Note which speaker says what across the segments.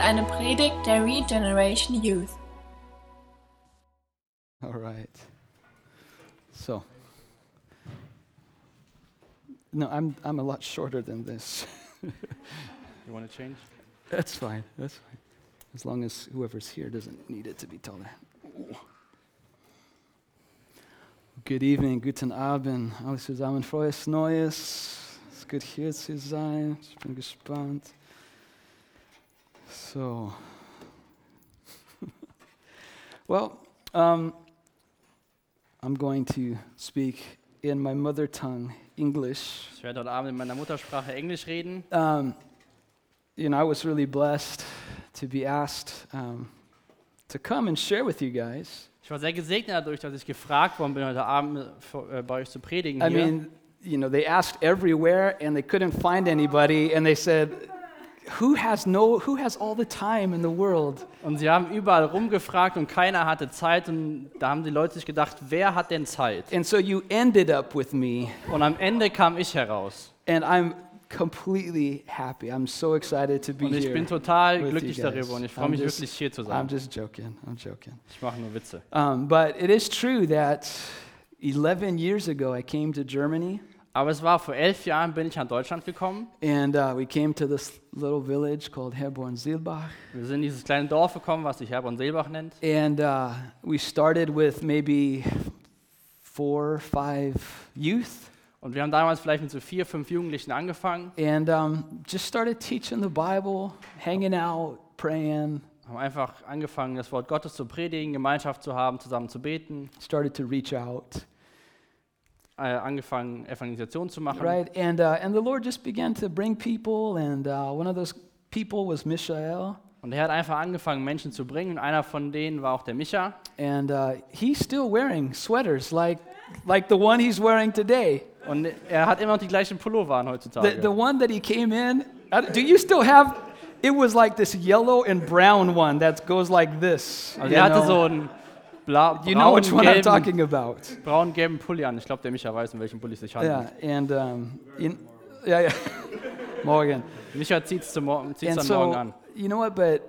Speaker 1: eine Predigt der Regeneration Youth.
Speaker 2: All right. So, no, I'm, I'm a lot shorter than this.
Speaker 3: You want to change?
Speaker 2: That's fine. That's fine. As long as whoever's here doesn't need it to be taller. Ooh. Good evening, guten Abend, alle zusammen, frohes Neues. Es ist gut hier zu sein. Ich bin gespannt. So, well, um, I'm going to speak in my mother tongue, English.
Speaker 3: Ich werde heute Abend in meiner Muttersprache Englisch reden.
Speaker 2: Um, you know, I was really blessed to be asked um, to come and share with you guys.
Speaker 3: Ich war sehr gesegnet dadurch, dass ich gefragt worden bin, heute Abend vor- äh, bei euch zu predigen.
Speaker 2: I
Speaker 3: hier.
Speaker 2: mean, you know, they asked everywhere and they couldn't find anybody, and they said, "Who has no? Who has all the time in the world?"
Speaker 3: und sie haben überall rumgefragt und keiner hatte Zeit. Und da haben die Leute sich gedacht, wer hat denn Zeit?
Speaker 2: And so you ended up with me,
Speaker 3: Und am Ende kam ich heraus.
Speaker 2: and I'm completely happy. I'm so excited to be
Speaker 3: Und ich
Speaker 2: here.
Speaker 3: bin total
Speaker 2: with you
Speaker 3: glücklich
Speaker 2: guys.
Speaker 3: darüber und ich freue
Speaker 2: I'm
Speaker 3: mich
Speaker 2: just-
Speaker 3: wirklich hier zu
Speaker 2: I'm
Speaker 3: sein.
Speaker 2: just joking. I'm joking.
Speaker 3: Ich mache nur Witze.
Speaker 2: Um, but it is true that 11 years ago I came to Germany.
Speaker 3: Aber es war vor elf Jahren, bin ich nach Deutschland gekommen.
Speaker 2: And uh, we came to this little village called Herborn Silbach.
Speaker 3: Wir sind in dieses kleine Dorf gekommen, was sich Herborn-Seelbach nennt.
Speaker 2: And uh, we started with maybe four or five youth
Speaker 3: Und wir haben damals vielleicht mit so vier, fünf Jugendlichen angefangen.
Speaker 2: and um, just started teaching the Bible, hanging out, praying,
Speaker 3: haben einfach angefangen, das Wort Gottes zu predigen, Gemeinschaft zu haben, zusammen zu beten,
Speaker 2: started to reach out,
Speaker 3: äh, angefangen, Evangelisation zu machen.
Speaker 2: right? And, uh, and the Lord just began to bring people. And uh, one of those people was Mishael.
Speaker 3: Und er hat einfach angefangen, Menschen zu bringen. Und einer von denen war auch der Micha.
Speaker 2: And uh, he's still wearing sweaters like, like the one he's wearing today.
Speaker 3: Und er hat immer noch die gleichen Pullover an
Speaker 2: The,
Speaker 3: heutzutage.
Speaker 2: the one that he came in, I don't- do you still have? It was like this yellow and brown one that goes like this.
Speaker 3: also
Speaker 2: you
Speaker 3: er hatte
Speaker 2: know?
Speaker 3: so einen bla
Speaker 2: You know which one I'm
Speaker 3: braun-gelben
Speaker 2: talking about.
Speaker 3: braun -gelben Pulli an. Ich glaube, der Micha weiß, um welchen Pulli es sich handelt.
Speaker 2: Yeah, and um, in, yeah, yeah. Morgan.
Speaker 3: Micha zieht es morgen, zieht's
Speaker 2: And
Speaker 3: dann morgen
Speaker 2: so
Speaker 3: an.
Speaker 2: you know what? But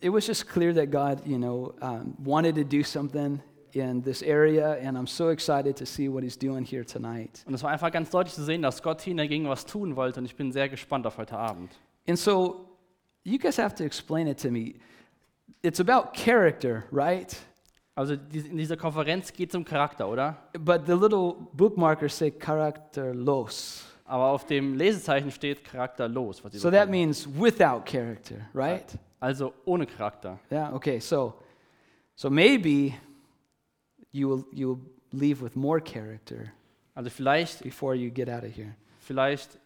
Speaker 2: it was just clear that God, you know, um, wanted to do something in this area, and I'm so excited to see what He's doing here tonight.
Speaker 3: Und es war einfach ganz deutlich zu sehen, dass Gott hier dagegen was tun wollte. Und ich bin sehr gespannt auf heute Abend.
Speaker 2: And so, you guys have to explain it to me. It's about character, right?
Speaker 3: Also dies- in dieser Konferenz geht es um Charakter, oder?
Speaker 2: But the little bookmarkers say characterlos.
Speaker 3: Aber auf dem Lesezeichen steht charakterlos. Was sie
Speaker 2: So that
Speaker 3: bekommen.
Speaker 2: means without character, right?
Speaker 3: also ohne Charakter.
Speaker 2: Yeah, okay. So so maybe you will you will leave with more character
Speaker 3: Also vielleicht,
Speaker 2: before you get out of here.
Speaker 3: vielleicht,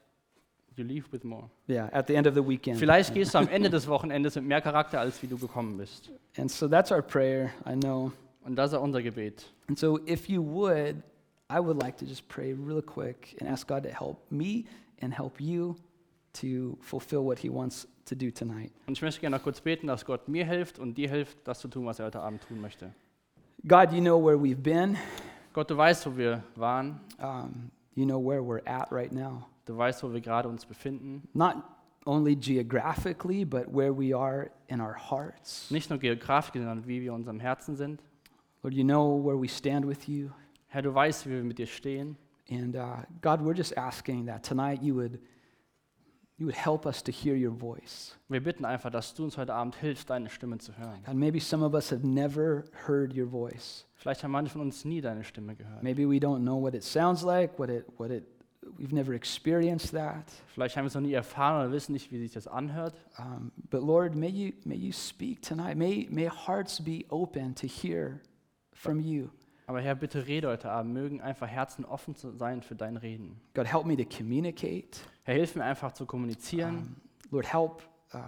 Speaker 3: you leave with more.
Speaker 2: Yeah, at the end of the weekend.
Speaker 3: Vielleicht gehst du am Ende des Wochenendes mit mehr Charakter, als wie du gekommen bist.
Speaker 2: And so that's our prayer, I know.
Speaker 3: Und das ist auch unser Gebet.
Speaker 2: And so if you would, I would like to just pray real quick and ask God to help me and help you to fulfill what he wants to do tonight.
Speaker 3: Und ich möchte gerne noch kurz beten, dass Gott mir hilft und dir hilft, das zu tun, was er heute Abend tun möchte.
Speaker 2: God, you know where we've been.
Speaker 3: Gott, du weißt, wo wir waren.
Speaker 2: Um, you know where we're at right now.
Speaker 3: Du weißt, wo wir gerade uns befinden.
Speaker 2: not only geographically, but where we are in our hearts.
Speaker 3: Nicht nur geografisch, sondern wie wir in unserem Herzen sind.
Speaker 2: Lord, you know where we stand with you.
Speaker 3: Herr, du weißt, wie wir mit dir stehen.
Speaker 2: And uh, God, we're just asking that tonight you would, you would help us to hear your voice.
Speaker 3: Wir bitten einfach, dass du uns heute Abend hilfst, deine Stimme zu hören.
Speaker 2: God, maybe some of us have never heard your voice.
Speaker 3: Vielleicht haben manche von uns nie deine Stimme gehört.
Speaker 2: Maybe we don't know what it sounds like, what it, what it, we've never experienced that.
Speaker 3: Vielleicht haben wir es noch nie erfahren oder wissen nicht, wie sich das anhört.
Speaker 2: Um, but Lord, may you, may you speak tonight. May, may hearts be open to hear from you.
Speaker 3: Aber Herr, bitte rede heute Abend. Mögen einfach Herzen offen zu sein für dein Reden.
Speaker 2: God, help me to communicate.
Speaker 3: Herr, hilf mir einfach zu kommunizieren.
Speaker 2: Um, Lord, help uh,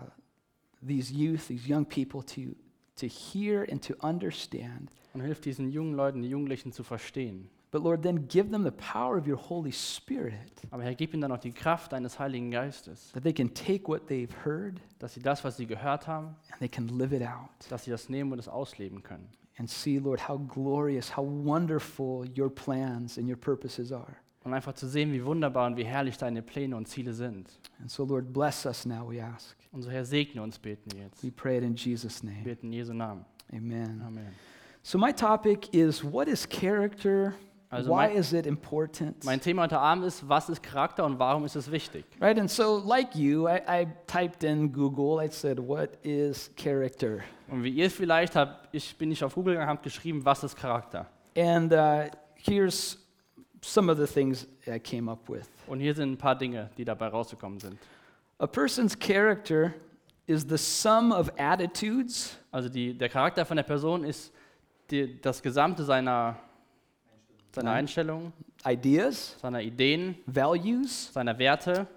Speaker 2: these youth, these young people to, to hear and to understand.
Speaker 3: Und hilf diesen jungen Leuten, die Jugendlichen zu verstehen.
Speaker 2: But Lord, then give them the power of your Holy Spirit
Speaker 3: Aber Herr, gib ihnen dann auch die Kraft deines Heiligen Geistes,
Speaker 2: that they can take what they've heard
Speaker 3: dass sie das, was sie gehört haben,
Speaker 2: and they can live it out
Speaker 3: dass sie das nehmen und es ausleben können.
Speaker 2: and see, Lord, how glorious, how wonderful your plans and your purposes are.
Speaker 3: Und einfach zu sehen, wie wunderbar und wie herrlich deine Pläne und Ziele sind.
Speaker 2: And so, Lord, bless us now, we ask.
Speaker 3: Unser Herr segne uns, beten wir jetzt.
Speaker 2: We
Speaker 3: Wir
Speaker 2: pray it in Jesus' name.
Speaker 3: beten in Jesu Namen.
Speaker 2: Amen.
Speaker 3: Amen.
Speaker 2: So my topic is what is character?
Speaker 3: Also
Speaker 2: Why
Speaker 3: mein-
Speaker 2: is it important?
Speaker 3: Mein Thema heute Abend ist, was ist Charakter und warum ist es wichtig?
Speaker 2: Right, and so like you, I, I typed in Google. I said, "What is character?"
Speaker 3: Und wie ihr vielleicht habt, ich bin nicht auf Google gegangen, habe geschrieben, was ist Charakter?
Speaker 2: And uh, here's some of the things I came up with.
Speaker 3: Und hier sind ein paar Dinge, die dabei rausgekommen sind.
Speaker 2: A person's character is the sum of attitudes,
Speaker 3: Also die, der Charakter von der Person ist die, das Gesamte seiner, seiner
Speaker 2: Nein.
Speaker 3: Einstellungen,
Speaker 2: ideas,
Speaker 3: seiner Ideen,
Speaker 2: values
Speaker 3: seiner Werte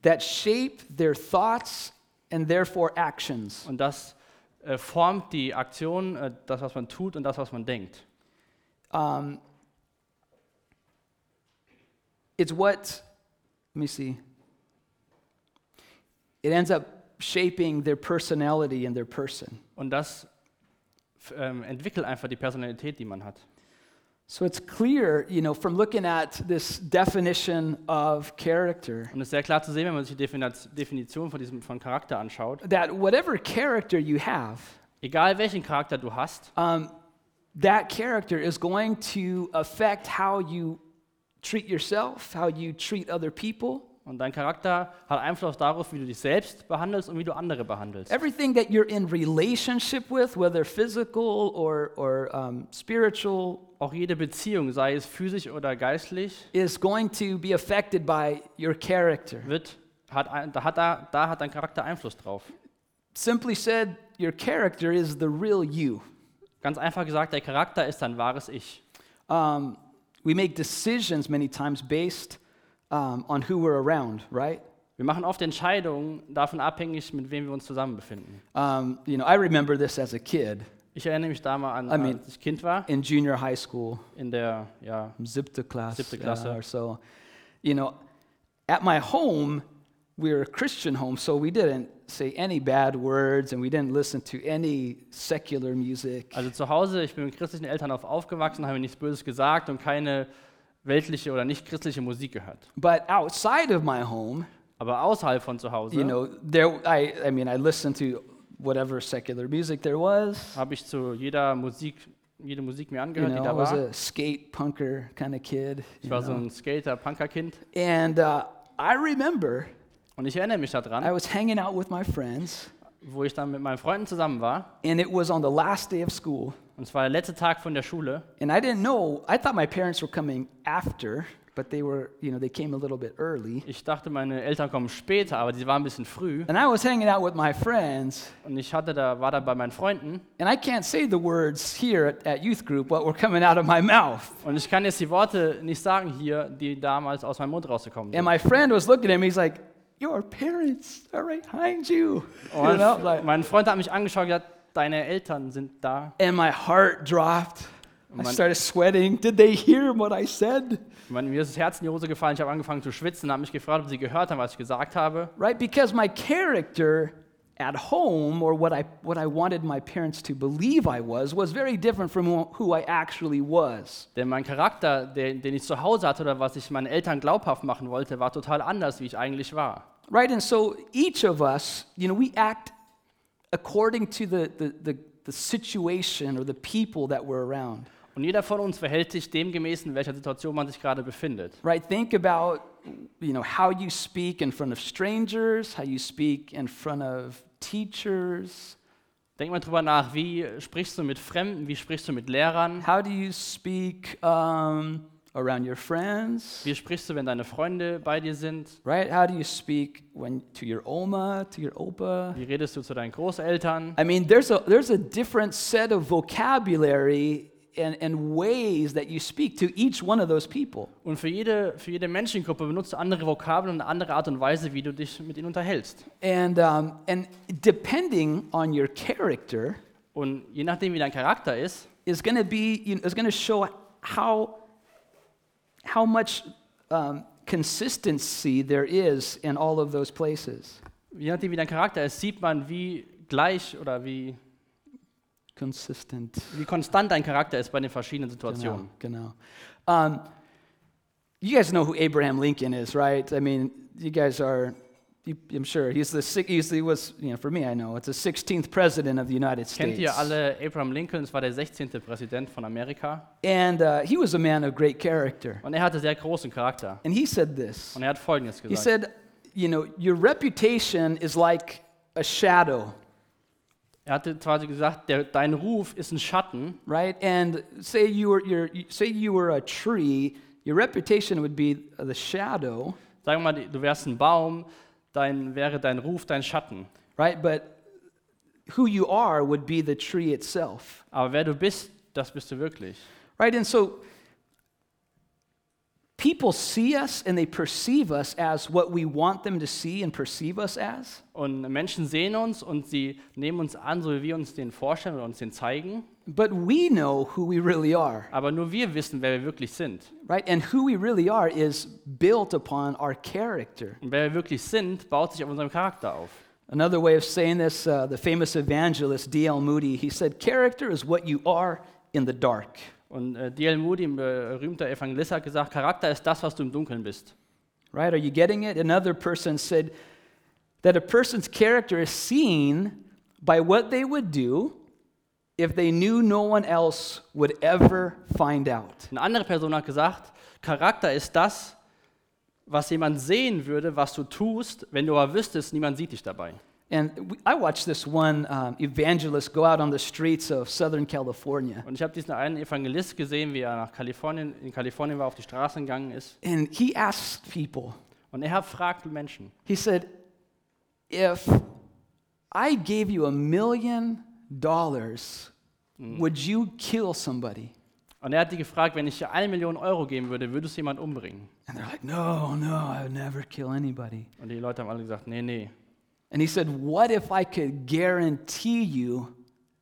Speaker 2: that shape their thoughts and therefore actions.
Speaker 3: und das äh, formt die Aktion, äh, das, was man tut und das, was man denkt.
Speaker 2: Um, it's what, let me see. It ends up shaping their personality and their person.
Speaker 3: Und das f- ähm, entwickelt einfach die Personalität, die man hat.
Speaker 2: So it's clear, you know, from looking at this definition of character,
Speaker 3: Und es ist sehr klar zu sehen, wenn man sich die Defina- Definition von, diesem, von Charakter anschaut.
Speaker 2: that whatever character you have,
Speaker 3: Egal welchen Charakter du hast,
Speaker 2: um, that character is going to affect how you treat yourself, how you treat other people.
Speaker 3: und dein Charakter hat Einfluss darauf, wie du dich selbst behandelst und wie du andere behandelst.
Speaker 2: Everything that you're in relationship with, whether physical or, or um, spiritual,
Speaker 3: Auch jede Beziehung, sei es physisch oder geistlich,
Speaker 2: is going to be affected by your character.
Speaker 3: wird, hat, ein- da, hat, da, da hat dein Charakter Einfluss drauf.
Speaker 2: Simply said, your character is the real you.
Speaker 3: Ganz einfach gesagt, der Charakter ist dein wahres Ich.
Speaker 2: Um, we make decisions many times based um, on who we're around, right?
Speaker 3: Wir machen oft Entscheidungen davon abhängig, mit wem wir uns zusammen befinden.
Speaker 2: Um, you know, I remember this as a kid
Speaker 3: Ich erinnere mich da mal an,
Speaker 2: I mean-
Speaker 3: als ich Kind war,
Speaker 2: in junior high school,
Speaker 3: in der, ja,
Speaker 2: siebte class,
Speaker 3: Siebte Klasse.
Speaker 2: or so. You know, at my home, we were a Christian home, so we didn't say any bad words and we didn't listen to any secular music.
Speaker 3: also zu Hause, ich bin mit christlichen Eltern auf aufgewachsen, habe mir nichts Böses gesagt und keine weltliche oder nicht christliche Musik gehört.
Speaker 2: But outside of my home,
Speaker 3: Aber außerhalb von zu Hause
Speaker 2: you know, there I, I mean, I listened to whatever secular music there was.
Speaker 3: habe ich zu jeder Musik, jede Musik mir
Speaker 2: You
Speaker 3: angehört,
Speaker 2: know,
Speaker 3: die
Speaker 2: I
Speaker 3: da
Speaker 2: was
Speaker 3: war.
Speaker 2: a skate punker kind of kid.
Speaker 3: Ich
Speaker 2: you
Speaker 3: war so
Speaker 2: know.
Speaker 3: ein Skater-Punker-Kind
Speaker 2: And uh, I remember
Speaker 3: und ich erinnere mich
Speaker 2: I
Speaker 3: daran,
Speaker 2: was hanging out with my friends,
Speaker 3: wo ich dann mit meinen Freunden zusammen war.
Speaker 2: and it was on the last day of school.
Speaker 3: Und es war der letzte Tag von der Schule.
Speaker 2: And I didn't know, I thought my parents were coming after, but they were, you know, they came a little bit early.
Speaker 3: Ich dachte, meine Eltern kommen später, aber sie waren ein bisschen früh.
Speaker 2: And I was hanging out with my friends,
Speaker 3: Und ich hatte da, war da bei meinen Freunden.
Speaker 2: and I can't say the words here at, at youth group, what were coming out of my mouth.
Speaker 3: Und ich kann jetzt die Worte nicht sagen hier, die damals aus meinem Mund rausgekommen
Speaker 2: And
Speaker 3: sind.
Speaker 2: my friend was looking at me, he's like, Your parents are right behind you.
Speaker 3: Und
Speaker 2: you know,
Speaker 3: mein,
Speaker 2: like,
Speaker 3: mein Freund hat mich angeschaut und gesagt, deine Eltern sind da.
Speaker 2: and my heart dropped. I
Speaker 3: Man-
Speaker 2: started sweating. Did they hear what I said?
Speaker 3: Mein, mir ist das Herz in die Hose gefallen, ich habe angefangen zu schwitzen, habe mich gefragt, ob sie gehört haben, was ich gesagt habe.
Speaker 2: right because my character at home or what i what i wanted my parents to believe i was was very different from who, who i actually was
Speaker 3: Denn mein Charakter, den, den ich zu Hause hatte oder was ich meinen Eltern glaubhaft machen wollte, war total anders, wie ich eigentlich war.
Speaker 2: right and so each of us you know we act according to the the, the the situation or the people that we're around,
Speaker 3: Und jeder von uns verhält sich demgemäß, in welcher Situation man sich gerade befindet.
Speaker 2: right? Think about, you know, how you speak in front of strangers, how you speak in front of teachers,
Speaker 3: Denk mal drüber nach, wie sprichst du mit Fremden, wie sprichst du mit Lehrern,
Speaker 2: how do you speak um, around your friends,
Speaker 3: wie sprichst du, wenn deine Freunde bei dir sind,
Speaker 2: right? How do you speak when to your oma, to your opa?
Speaker 3: wie redest du zu deinen Großeltern.
Speaker 2: I mean, there's a there's a different set of vocabulary and, and ways that you speak to each one of those people.
Speaker 3: Und für jede, für jede Menschengruppe benutzt du andere Vokabeln und eine andere Art und Weise, wie du dich mit ihnen unterhältst.
Speaker 2: And um, and depending on your character
Speaker 3: Und je nachdem, wie dein Charakter ist,
Speaker 2: is going to be you know, is going to show how how much um, consistency there is in all of those places.
Speaker 3: je nachdem, wie dein Charakter ist, sieht man, wie gleich oder wie
Speaker 2: Consistent.
Speaker 3: wie konstant dein Charakter ist bei den verschiedenen Situationen.
Speaker 2: Genau. genau. Um, you guys know who Abraham Lincoln is, right? I mean, you guys are You- I'm sure he's the si- he's, he was you know for me I know it's the 16th president of the United
Speaker 3: Kennt
Speaker 2: States.
Speaker 3: ihr alle Abraham Lincoln? Es war der 16. Präsident von Amerika.
Speaker 2: And uh, he was a man of great character.
Speaker 3: Und er hatte sehr großen Charakter.
Speaker 2: And he said this.
Speaker 3: Und er hat Folgendes
Speaker 2: He
Speaker 3: gesagt.
Speaker 2: said, you know, your reputation is like a shadow,
Speaker 3: Er hatte quasi gesagt, der, dein Ruf ist ein Schatten.
Speaker 2: right? And say you were your say you were a tree, your reputation would be the shadow,
Speaker 3: Sagen wir mal, du wärst ein Baum, dein, wäre dein Ruf dein Schatten.
Speaker 2: right? But who you are would be the tree itself.
Speaker 3: Aber wer du bist, das bist du wirklich.
Speaker 2: Right? And so people see us and they perceive us as what we want them to see and perceive us as.
Speaker 3: Und Menschen sehen uns und sie nehmen uns an, so wie wir uns den vorstellen oder uns den zeigen.
Speaker 2: But we know who we really are,
Speaker 3: Aber nur wir wissen, wer wir wirklich sind.
Speaker 2: right? And who we really are is built upon our character.
Speaker 3: Und wer wir wirklich sind, baut sich auf unserem Charakter auf.
Speaker 2: Another way of saying this, uh, the famous evangelist D.L. Moody, he said, Character is what you are in the dark,
Speaker 3: Und äh, D.L. Moody, ein berühmter Evangelist, hat gesagt, Charakter ist das, was du im Dunkeln bist.
Speaker 2: right? Are you getting it? Another person said that a person's character is seen by what they would do if they knew no one else would ever find out.
Speaker 3: Eine andere Person hat gesagt, Charakter ist das, was jemand sehen würde, was du tust, wenn du aber wüsstest, niemand sieht dich dabei.
Speaker 2: And we- I watched this one um, evangelist go out on the streets of Southern California.
Speaker 3: Und ich habe diesen einen Evangelist gesehen, wie er nach Kalifornien, in Kalifornien war, auf die Straßen gegangen ist.
Speaker 2: And he asked people,
Speaker 3: Und er fragt Menschen,
Speaker 2: He said, If I gave you a million dollars, would you kill somebody?
Speaker 3: Und er hat die gefragt, wenn ich dir eine Million Euro geben würde, würdest du jemand umbringen?
Speaker 2: And they're like, No, no, I would never kill anybody.
Speaker 3: Und die Leute haben alle gesagt, nee, nee.
Speaker 2: And he said, What if I could guarantee you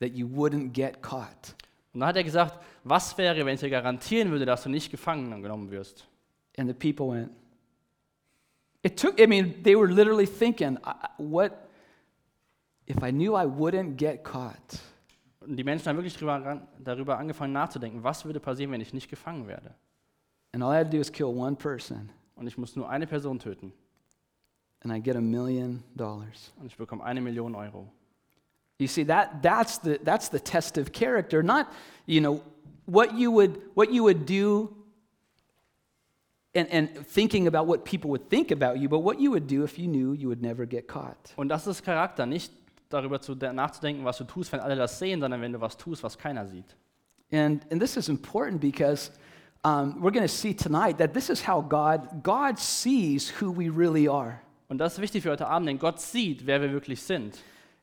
Speaker 2: that you wouldn't get caught?
Speaker 3: Und dann hat er gesagt, was wäre, wenn ich dir garantieren würde, dass du nicht gefangen genommen wirst?
Speaker 2: And the people went, It took, I mean, they were literally thinking, "I- I- What if I knew I wouldn't get caught?
Speaker 3: Und die Menschen haben wirklich drüber, ran- darüber angefangen nachzudenken, was würde passieren, wenn ich nicht gefangen werde?
Speaker 2: And all I had to do is kill one person,
Speaker 3: Und ich muss nur eine Person töten
Speaker 2: and I get a million dollars.
Speaker 3: und ich bekomme eine Million Euro.
Speaker 2: You see that that's the that's the test of character, not you know what you would what you would do and, and thinking about what people would think about you, but what you would do if you knew you would never get caught.
Speaker 3: Und das ist Charakter, nicht darüber zu, nachzudenken, was du tust, wenn alle das sehen, sondern wenn du was tust, was keiner sieht.
Speaker 2: And and this is important because um, we're going to see tonight that this is how God God sees who we really are
Speaker 3: Und das ist wichtig für heute Abend, denn Gott sieht, wer wir wirklich sind.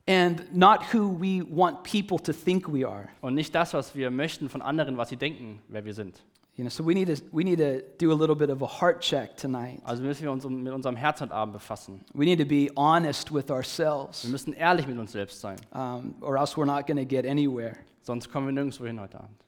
Speaker 2: and not who we want people to think we are.
Speaker 3: Und nicht das, was wir möchten von anderen, was sie denken, wer wir sind.
Speaker 2: You know, so we need to we need to do a little bit of a heart check tonight.
Speaker 3: Also müssen wir uns um- mit unserem Herz heute Abend befassen.
Speaker 2: We need to be honest with
Speaker 3: Wir
Speaker 2: ourselves.
Speaker 3: müssen ehrlich mit uns selbst sein,
Speaker 2: um, or else we're not going to get anywhere
Speaker 3: sonst kommen wir nirgendwo hin heute Abend.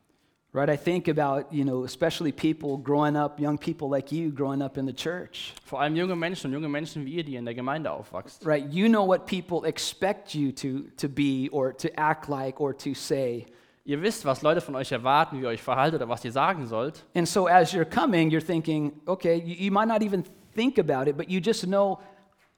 Speaker 2: right i think about you know especially people growing up young people like you growing up in the church
Speaker 3: Vor allem junge Menschen und junge Menschen wie ihr, die in der Gemeinde aufwachst.
Speaker 2: right you know what people expect you to to be or to act like or to say
Speaker 3: Ihr wisst, was Leute von euch erwarten, wie ihr euch verhaltet oder was ihr sagen sollt.
Speaker 2: and so as you're coming you're thinking okay you, you might not even think about it but you just know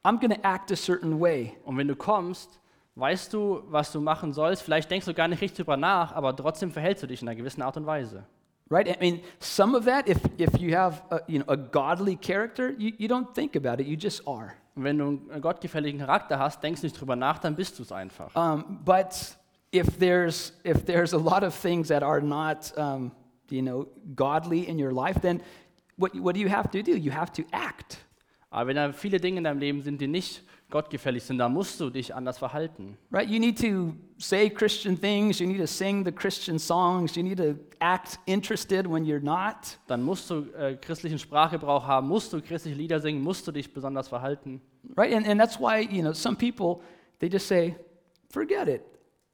Speaker 2: i'm going to act a certain way
Speaker 3: Und wenn du kommst, weißt du, was du machen sollst. Vielleicht denkst du gar nicht richtig drüber nach, aber trotzdem verhältst du dich in einer gewissen Art und Weise.
Speaker 2: right i mean some of that if if you have a, you know a godly character you, you don't think about it you just are
Speaker 3: Und wenn du einen gottgefälligen Charakter hast, denkst nicht drüber nach, dann bist du es einfach.
Speaker 2: Um, but if there's if there's a lot of things that are not um, you know godly in your life, then what what do you have to do? You have to act.
Speaker 3: Aber wenn da viele Dinge in deinem Leben sind, die nicht gottgefällig sind, dann musst du dich anders verhalten.
Speaker 2: Right? You need to say Christian things. You need to sing the Christian songs. You need to act interested when you're not.
Speaker 3: Dann musst du äh, christlichen Sprachgebrauch haben, musst du christliche Lieder singen, musst du dich besonders verhalten.
Speaker 2: Right? And and that's why you know some people they just say, forget it.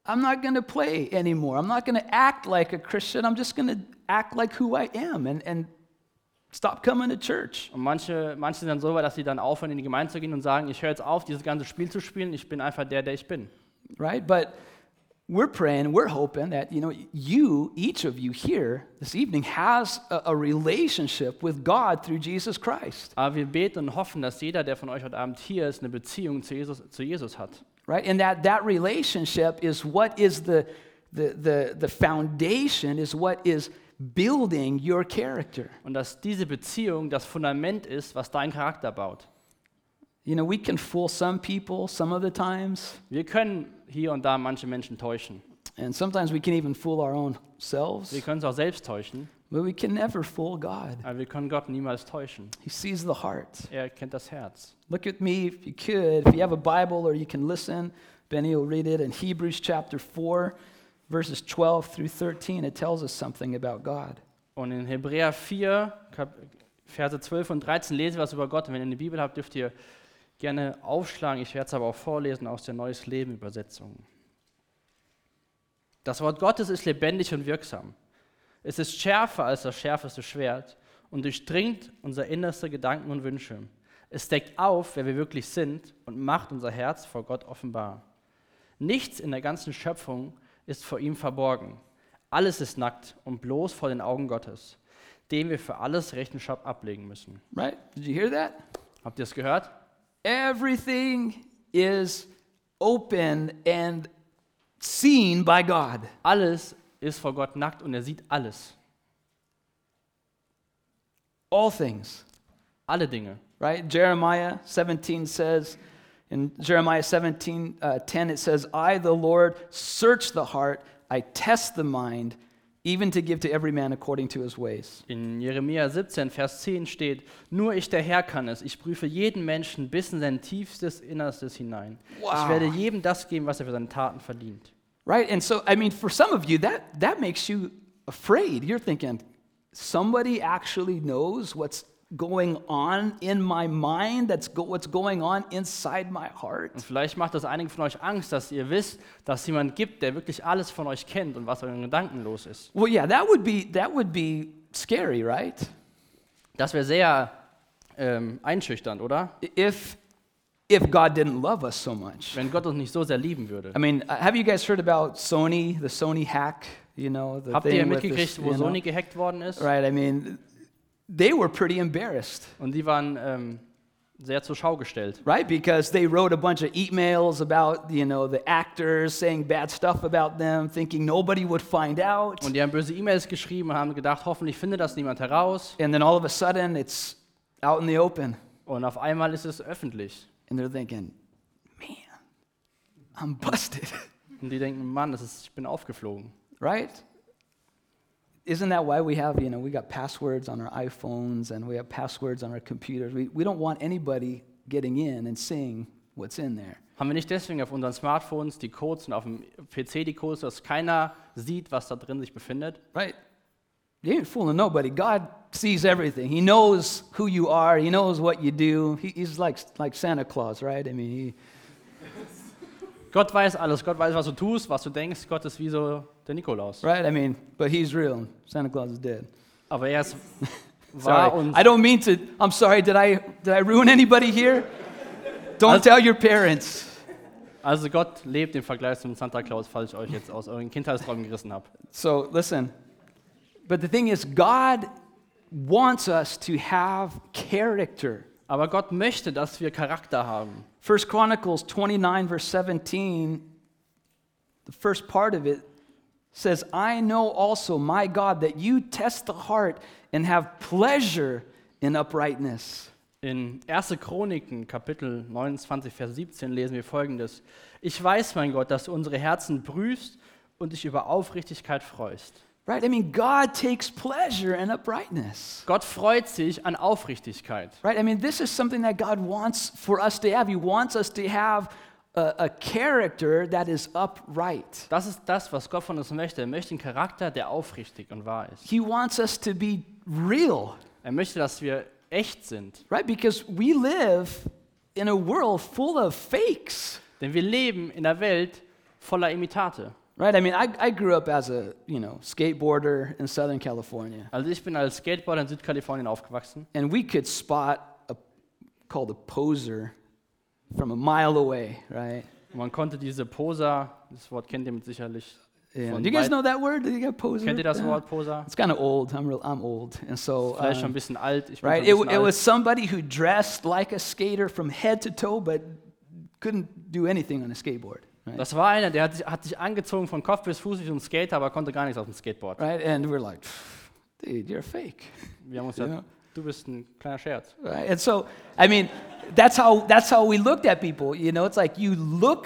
Speaker 2: I'm not going to play anymore. I'm not going to act like a Christian. I'm just going to act like who I am and and stop coming to church.
Speaker 3: Und manche, manche sind dann so weit, dass sie dann aufhören, in die Gemeinde zu gehen und sagen, ich höre jetzt auf, dieses ganze Spiel zu spielen, ich bin einfach der, der ich bin.
Speaker 2: right? But we're praying, we're hoping that, you know, you, each of you here this evening, has a, a relationship with God through Jesus Christ,
Speaker 3: Aber wir beten und hoffen, dass jeder, der von euch heute Abend hier ist, eine Beziehung zu Jesus, zu Jesus hat.
Speaker 2: right? And that that relationship is what is the, the, the, the foundation, is what is building your character.
Speaker 3: Und dass diese Beziehung das Fundament ist, was deinen Charakter baut.
Speaker 2: You know, we can fool some people some of the times,
Speaker 3: Wir können hier und da manche Menschen täuschen.
Speaker 2: and sometimes we can even fool our own selves,
Speaker 3: Wir können es auch selbst täuschen,
Speaker 2: but we can never fool God.
Speaker 3: aber wir können Gott niemals täuschen.
Speaker 2: He sees the heart.
Speaker 3: Er kennt das Herz.
Speaker 2: Look at me if you could. If you have a Bible or you can listen, Benny will read it in Hebrews chapter 4, verses 12 through 13. It tells us something about God.
Speaker 3: Und in Hebräer 4, Kap Verse 12 und 13 lesen wir was über Gott. Und wenn ihr eine Bibel habt, dürft ihr gerne aufschlagen. Ich werde es aber auch vorlesen aus der Neues Leben Übersetzung. Das Wort Gottes ist lebendig und wirksam. Es ist schärfer als das schärfeste Schwert und durchdringt unser innerste Gedanken und Wünsche. Es deckt auf, wer wir wirklich sind und macht unser Herz vor Gott offenbar. Nichts in der ganzen Schöpfung ist vor ihm verborgen. Alles ist nackt und bloß vor den Augen Gottes, dem wir für alles Rechenschaft ablegen müssen.
Speaker 2: Right? Did you hear that?
Speaker 3: Habt ihr es gehört?
Speaker 2: Everything is open and seen by God.
Speaker 3: Alles ist vor Gott nackt und er sieht alles.
Speaker 2: All things.
Speaker 3: Alle Dinge.
Speaker 2: right? Jeremiah 17 says, in Jeremiah 17, uh, 10, it says, I, the Lord, search the heart, I test the mind, even to give to every man according to his ways.
Speaker 3: In Jeremia 17, Vers 10 steht, nur ich der Herr kann es. Ich prüfe jeden Menschen bis in sein tiefstes Innerstes hinein.
Speaker 2: Wow.
Speaker 3: Ich werde jedem das geben, was er für seine Taten verdient.
Speaker 2: Right? And so, I mean, for some of you, that, that makes you afraid. You're thinking, somebody actually knows what's going on in my mind, that's go- what's going on inside my heart.
Speaker 3: Und vielleicht macht das einigen von euch Angst, dass ihr wisst, dass es jemand gibt, der wirklich alles von euch kennt und was euren Gedanken los ist.
Speaker 2: Well, yeah, that would be, that would be scary, right?
Speaker 3: Das wäre sehr ähm, einschüchternd, oder?
Speaker 2: If, if God didn't love us so much.
Speaker 3: Wenn Gott uns nicht so sehr lieben würde.
Speaker 2: I mean, uh, have you guys heard about Sony, the Sony hack? You know, the
Speaker 3: Habt ihr
Speaker 2: thing with this,
Speaker 3: mitgekriegt, wo
Speaker 2: you know?
Speaker 3: Sony gehackt worden ist?
Speaker 2: Right. I mean, they were pretty embarrassed,
Speaker 3: Und die waren ähm, sehr zur Schau gestellt.
Speaker 2: right? Because they wrote a bunch of emails about you know the actors saying bad stuff about them, thinking nobody would find out,
Speaker 3: Und die haben böse E-Mails geschrieben und haben gedacht, hoffentlich findet das niemand heraus.
Speaker 2: and then all of a sudden it's out in the open,
Speaker 3: Und auf einmal ist es öffentlich.
Speaker 2: and they're thinking, man, I'm busted,
Speaker 3: Und die denken, Mann, das ist, ich bin aufgeflogen.
Speaker 2: right? Isn't that why we have, you know, we got passwords on our iPhones and we have passwords on our computers? We, we don't want anybody getting in and seeing what's in there.
Speaker 3: Haben wir nicht deswegen auf unseren Smartphones die Codes und auf dem PC die Codes, dass keiner sieht, was da drin sich befindet?
Speaker 2: Right? You ain't fooling nobody. God sees everything. He knows who you are, He knows what you do. He, he's like, like Santa Claus, right? I mean, he,
Speaker 3: Gott weiß alles. Gott weiß, was du tust, was du denkst. Gott ist wie so der Nikolaus.
Speaker 2: right? I mean, but He's real. Santa Claus is dead.
Speaker 3: Aber er ist wahr
Speaker 2: Sorry.
Speaker 3: und
Speaker 2: I don't mean to. I'm sorry. Did I, did I ruin anybody here? Don't tell your parents.
Speaker 3: also Gott lebt im Vergleich zum Santa Claus, falls ich euch jetzt aus euren Kindheitsträumen gerissen habe.
Speaker 2: So listen, but the thing is, God wants us to have character.
Speaker 3: Aber Gott möchte, dass wir Charakter haben.
Speaker 2: First Chronicles 29, verse 17, the first part of it says, I know also, my God, that you test the heart and have pleasure in uprightness.
Speaker 3: In 1. Chroniken, Kapitel 29, Vers 17 lesen wir folgendes: Ich weiß, mein Gott, dass du unsere Herzen prüfst und dich über Aufrichtigkeit freust.
Speaker 2: Right? I mean, God takes pleasure in uprightness.
Speaker 3: Gott freut sich an Aufrichtigkeit.
Speaker 2: Right? I mean, this is something that God wants for us to have. He wants us to have a, a character that is upright.
Speaker 3: Das ist das, was Gott von uns möchte. Er möchte einen Charakter, der aufrichtig und wahr ist.
Speaker 2: He wants us to be real,
Speaker 3: Er möchte, dass wir echt sind.
Speaker 2: right? Because we live in a world full of fakes,
Speaker 3: Denn wir leben in einer Welt voller Imitate.
Speaker 2: right? I mean, I, I grew up as a, you know, skateboarder in Southern California,
Speaker 3: Also, ich bin als Skateboarder in Südkalifornien aufgewachsen.
Speaker 2: and we could spot a called a poser from a mile away, right?
Speaker 3: Und man konnte diese Poser Das Wort kennt ihr mit sicherlich.
Speaker 2: And
Speaker 3: Von
Speaker 2: you guys
Speaker 3: weit-
Speaker 2: know that word? You got poser?
Speaker 3: Kennt ihr das
Speaker 2: Yeah.
Speaker 3: Wort Poser?
Speaker 2: It's kind of old. I'm real. I'm old, and so
Speaker 3: Vielleicht schon
Speaker 2: um,
Speaker 3: ein bisschen alt. Ich bin
Speaker 2: right. It, w-
Speaker 3: schon ein bisschen
Speaker 2: it
Speaker 3: alt.
Speaker 2: was somebody who dressed like a skater from head to toe, but couldn't do anything on a skateboard. Right.
Speaker 3: Das war einer, der hat sich, hat sich angezogen von Kopf bis Fuß wie ein Skater, aber konnte gar nichts auf dem Skateboard.
Speaker 2: Right. And we're like, "Pff, dude, you're fake.
Speaker 3: Wir haben uns
Speaker 2: Ja.
Speaker 3: gesagt, du bist ein kleiner Scherz.
Speaker 2: Right. And so, I mean, that's how that's how we looked at people. You know, it's like you look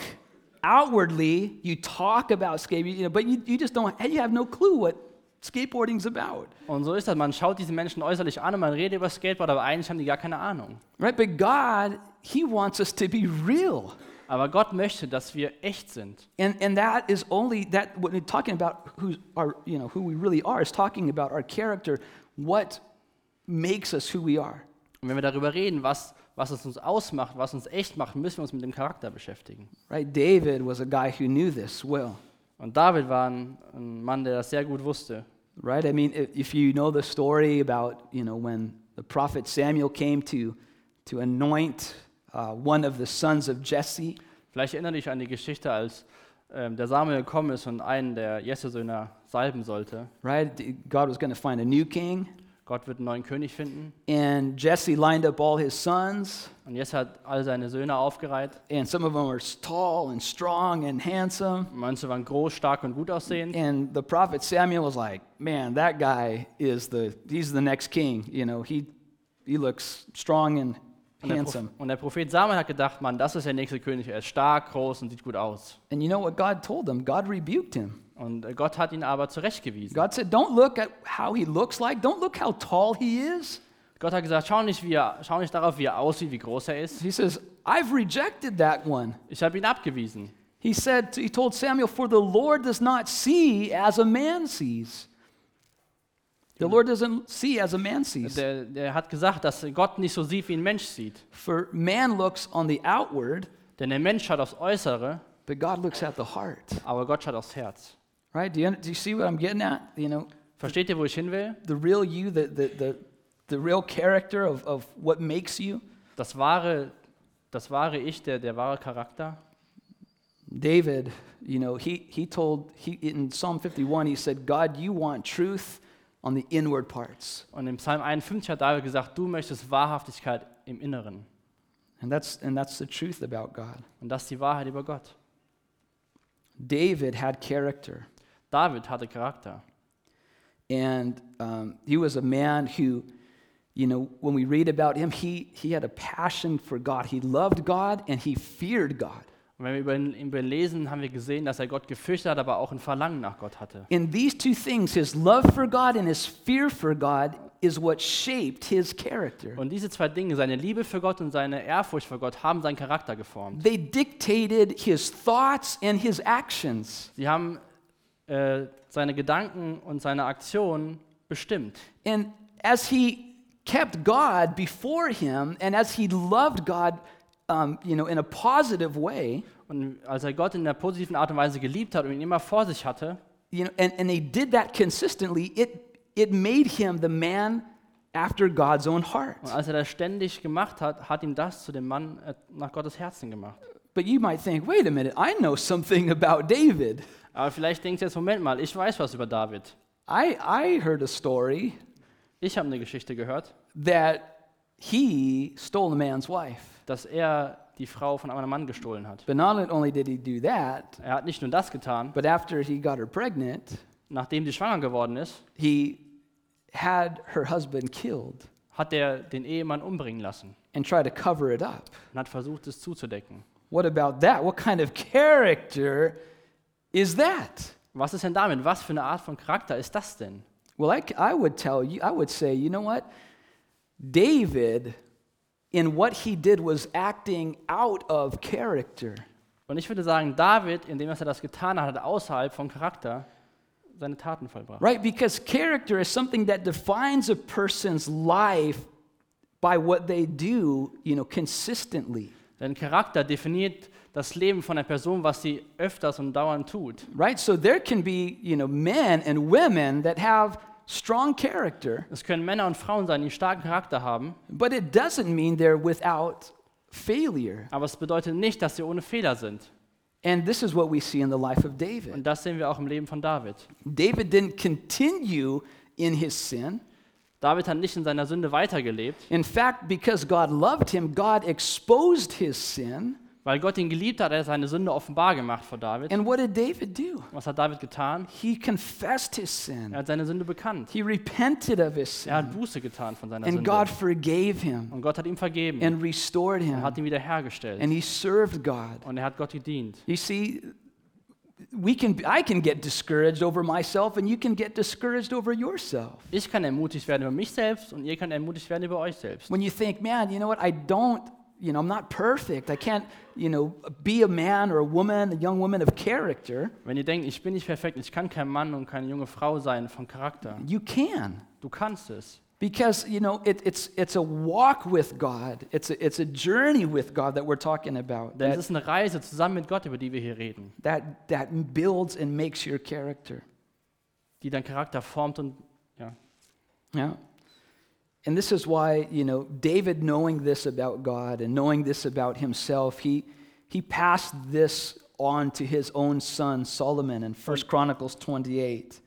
Speaker 2: outwardly, you talk about skateboarding, you know, but you, you just don't. You have no clue what skateboarding's about.
Speaker 3: Und so ist das. Man schaut diese Menschen äußerlich an und man redet über Skateboard, aber eigentlich haben die gar keine Ahnung.
Speaker 2: Right. But God, He wants us to be real.
Speaker 3: Aber Gott möchte, dass wir echt sind.
Speaker 2: And, and that is only that when we're talking about who our you know who we really are is talking about our character, what makes us who we are.
Speaker 3: Und wenn wir darüber reden, was, was es uns ausmacht, was uns echt macht, müssen wir uns mit dem Charakter beschäftigen.
Speaker 2: Right? David was a guy who knew this well.
Speaker 3: Und David war ein, ein Mann, der das sehr gut wusste.
Speaker 2: Right? I mean, if, if you know the story about you know when the prophet Samuel came to to anoint uh, one of the sons of Jesse,
Speaker 3: Vielleicht erinnere dich an die Geschichte, als ähm, der Samuel gekommen ist und einen der Jesse-Söhne salben sollte.
Speaker 2: right? God was going to find a new king,
Speaker 3: Gott wird einen neuen König finden.
Speaker 2: and Jesse lined up all his sons,
Speaker 3: Und Jesse hat all seine Söhne aufgereiht.
Speaker 2: and some of them were tall and strong and handsome.
Speaker 3: Manche waren groß, stark und gut aussehend.
Speaker 2: And the prophet Samuel was like, "Man, that guy is the he's the next king. You know, he he looks strong and
Speaker 3: Und der,
Speaker 2: handsome."
Speaker 3: Prophet, und der Prophet Samuel hat gedacht, Mann, das ist der nächste König. Er ist stark, groß und sieht gut aus.
Speaker 2: And you know what God told him? God rebuked him.
Speaker 3: Und äh, Gott hat ihn aber zurechtgewiesen.
Speaker 2: God said, "Don't look at how he looks like. Don't look how tall he is."
Speaker 3: Gott hat gesagt, schau nicht, wie er, schau nicht darauf, wie er aussieht, wie groß er ist.
Speaker 2: He says, "I've rejected that one."
Speaker 3: Ich habe ihn abgewiesen.
Speaker 2: He said he told Samuel, "For the Lord does not see as a man sees." The Lord doesn't see as a man sees.
Speaker 3: Der, der hat gesagt, dass Gott nicht so sieht, wie ein Mensch sieht.
Speaker 2: For man looks on the outward,
Speaker 3: Denn der Mensch schaut aufs Äußere,
Speaker 2: but God looks at the heart.
Speaker 3: aber Gott schaut aufs Herz.
Speaker 2: Right? Do you, do you see what I'm getting at? You know,
Speaker 3: Versteht ihr, wo ich hin will?
Speaker 2: the real you, the, the, the, the real character of, of what makes you.
Speaker 3: Das wahre, das wahre Ich, der, der wahre Charakter.
Speaker 2: David, you know, he, he told, he, in Psalm 51, he said, God, you want truth on the inward parts.
Speaker 3: Und im Psalm 51 hat David gesagt, du möchtest Wahrhaftigkeit im Inneren.
Speaker 2: And that's, and that's the truth about God.
Speaker 3: Und das ist die Wahrheit über Gott.
Speaker 2: David had character,
Speaker 3: David hatte Charakter.
Speaker 2: and um, he was a man who, you know, when we read about him, he, he had a passion for God. He loved God and he feared God.
Speaker 3: Und wenn wir über ihn, über ihn lesen, haben wir gesehen, dass er Gott gefürchtet hat, aber auch ein Verlangen nach Gott hatte.
Speaker 2: In these two things, his love for God and his fear for God, is what shaped his character.
Speaker 3: Und diese zwei Dinge, seine Liebe für Gott und seine Ehrfurcht vor Gott, haben seinen Charakter geformt.
Speaker 2: They dictated his thoughts and his actions.
Speaker 3: Sie haben äh, seine Gedanken und seine Aktionen bestimmt.
Speaker 2: And as he kept God before him, and as he loved God, um, you know, in a positive way,
Speaker 3: Und als er Gott in der positiven Art und Weise geliebt hat und ihn immer vor sich hatte,
Speaker 2: you know, and, and he did that consistently, it, it made him the man after God's own heart.
Speaker 3: und als er das ständig gemacht hat, hat ihm das zu dem Mann äh, nach Gottes Herzen gemacht.
Speaker 2: But you might think, wait a minute, I know something about David.
Speaker 3: Aber vielleicht denkst du jetzt, Moment mal, ich weiß was über David.
Speaker 2: I, I heard a story
Speaker 3: Ich habe eine Geschichte gehört,
Speaker 2: that he stole a man's wife.
Speaker 3: dass er die Frau von einem anderen Mann gestohlen hat.
Speaker 2: But not only did he do that,
Speaker 3: Er hat nicht nur das getan,
Speaker 2: but after he got her pregnant,
Speaker 3: nachdem sie schwanger geworden ist,
Speaker 2: he had her husband killed
Speaker 3: hat er den Ehemann umbringen lassen
Speaker 2: and tried to cover it up.
Speaker 3: und hat versucht, es zuzudecken.
Speaker 2: What about that? What kind of character is that?
Speaker 3: Was ist denn damit? Was für eine Art von Charakter ist das denn?
Speaker 2: Well, I, c- I would tell you, I would say, you know what? David, in what he did, was acting out of character.
Speaker 3: Und ich würde sagen, David, indem er das getan hat, hat außerhalb von Charakter seine Taten vollbracht.
Speaker 2: Right? Because character is something that defines a person's life by what they do, you know, consistently.
Speaker 3: Denn Charakter definiert das Leben von einer Person, was sie öfters und dauernd tut.
Speaker 2: Right? So there can be, you know, men and women that have strong character,
Speaker 3: Es können Männer und Frauen sein, die starken Charakter haben,
Speaker 2: but it doesn't mean they're without failure.
Speaker 3: aber es bedeutet nicht, dass sie ohne Fehler sind.
Speaker 2: And this is what we see in the life of David.
Speaker 3: Und das sehen wir auch im Leben von David.
Speaker 2: David didn't continue in his sin.
Speaker 3: David hat nicht in seiner Sünde weitergelebt,
Speaker 2: In fact, because God loved him, God exposed his sin.
Speaker 3: weil Gott ihn geliebt hat, hat er seine Sünde offenbar gemacht vor David.
Speaker 2: And what did David do?
Speaker 3: Was hat David getan?
Speaker 2: He confessed his
Speaker 3: Er
Speaker 2: sin.
Speaker 3: hat seine Sünde bekannt.
Speaker 2: He repented of his
Speaker 3: Er hat
Speaker 2: sin.
Speaker 3: Buße getan von seiner
Speaker 2: And God
Speaker 3: Sünde.
Speaker 2: forgave him
Speaker 3: Und Gott hat ihm vergeben.
Speaker 2: and restored
Speaker 3: Er
Speaker 2: him.
Speaker 3: hat ihn wiederhergestellt.
Speaker 2: And he served God.
Speaker 3: Und er hat Gott gedient.
Speaker 2: You see, we can, I can get discouraged over myself, and you can get discouraged over yourself.
Speaker 3: Ich kann ermutigt werden über mich selbst und ihr könnt ermutigt werden über euch selbst.
Speaker 2: When you think, man, you know what, I don't, you know, I'm not perfect. I can't, you know, be a man or a woman, a young woman of character.
Speaker 3: Wenn ihr denkt, ich bin nicht perfekt, ich kann kein Mann und keine junge Frau sein von Charakter.
Speaker 2: You can.
Speaker 3: Du kannst es.
Speaker 2: Because you know it, it's it's a walk with God. It's a, it's a journey with God that we're talking about.
Speaker 3: Denn es
Speaker 2: That,
Speaker 3: ist eine Reise zusammen mit Gott, über die wir hier reden,
Speaker 2: that that builds and makes your character.
Speaker 3: die deinen Charakter formt und ja.
Speaker 2: Yeah. And this is why you know David, knowing this about God and knowing this about himself, he he passed this on to his own son Solomon in 1 Chronicles 28.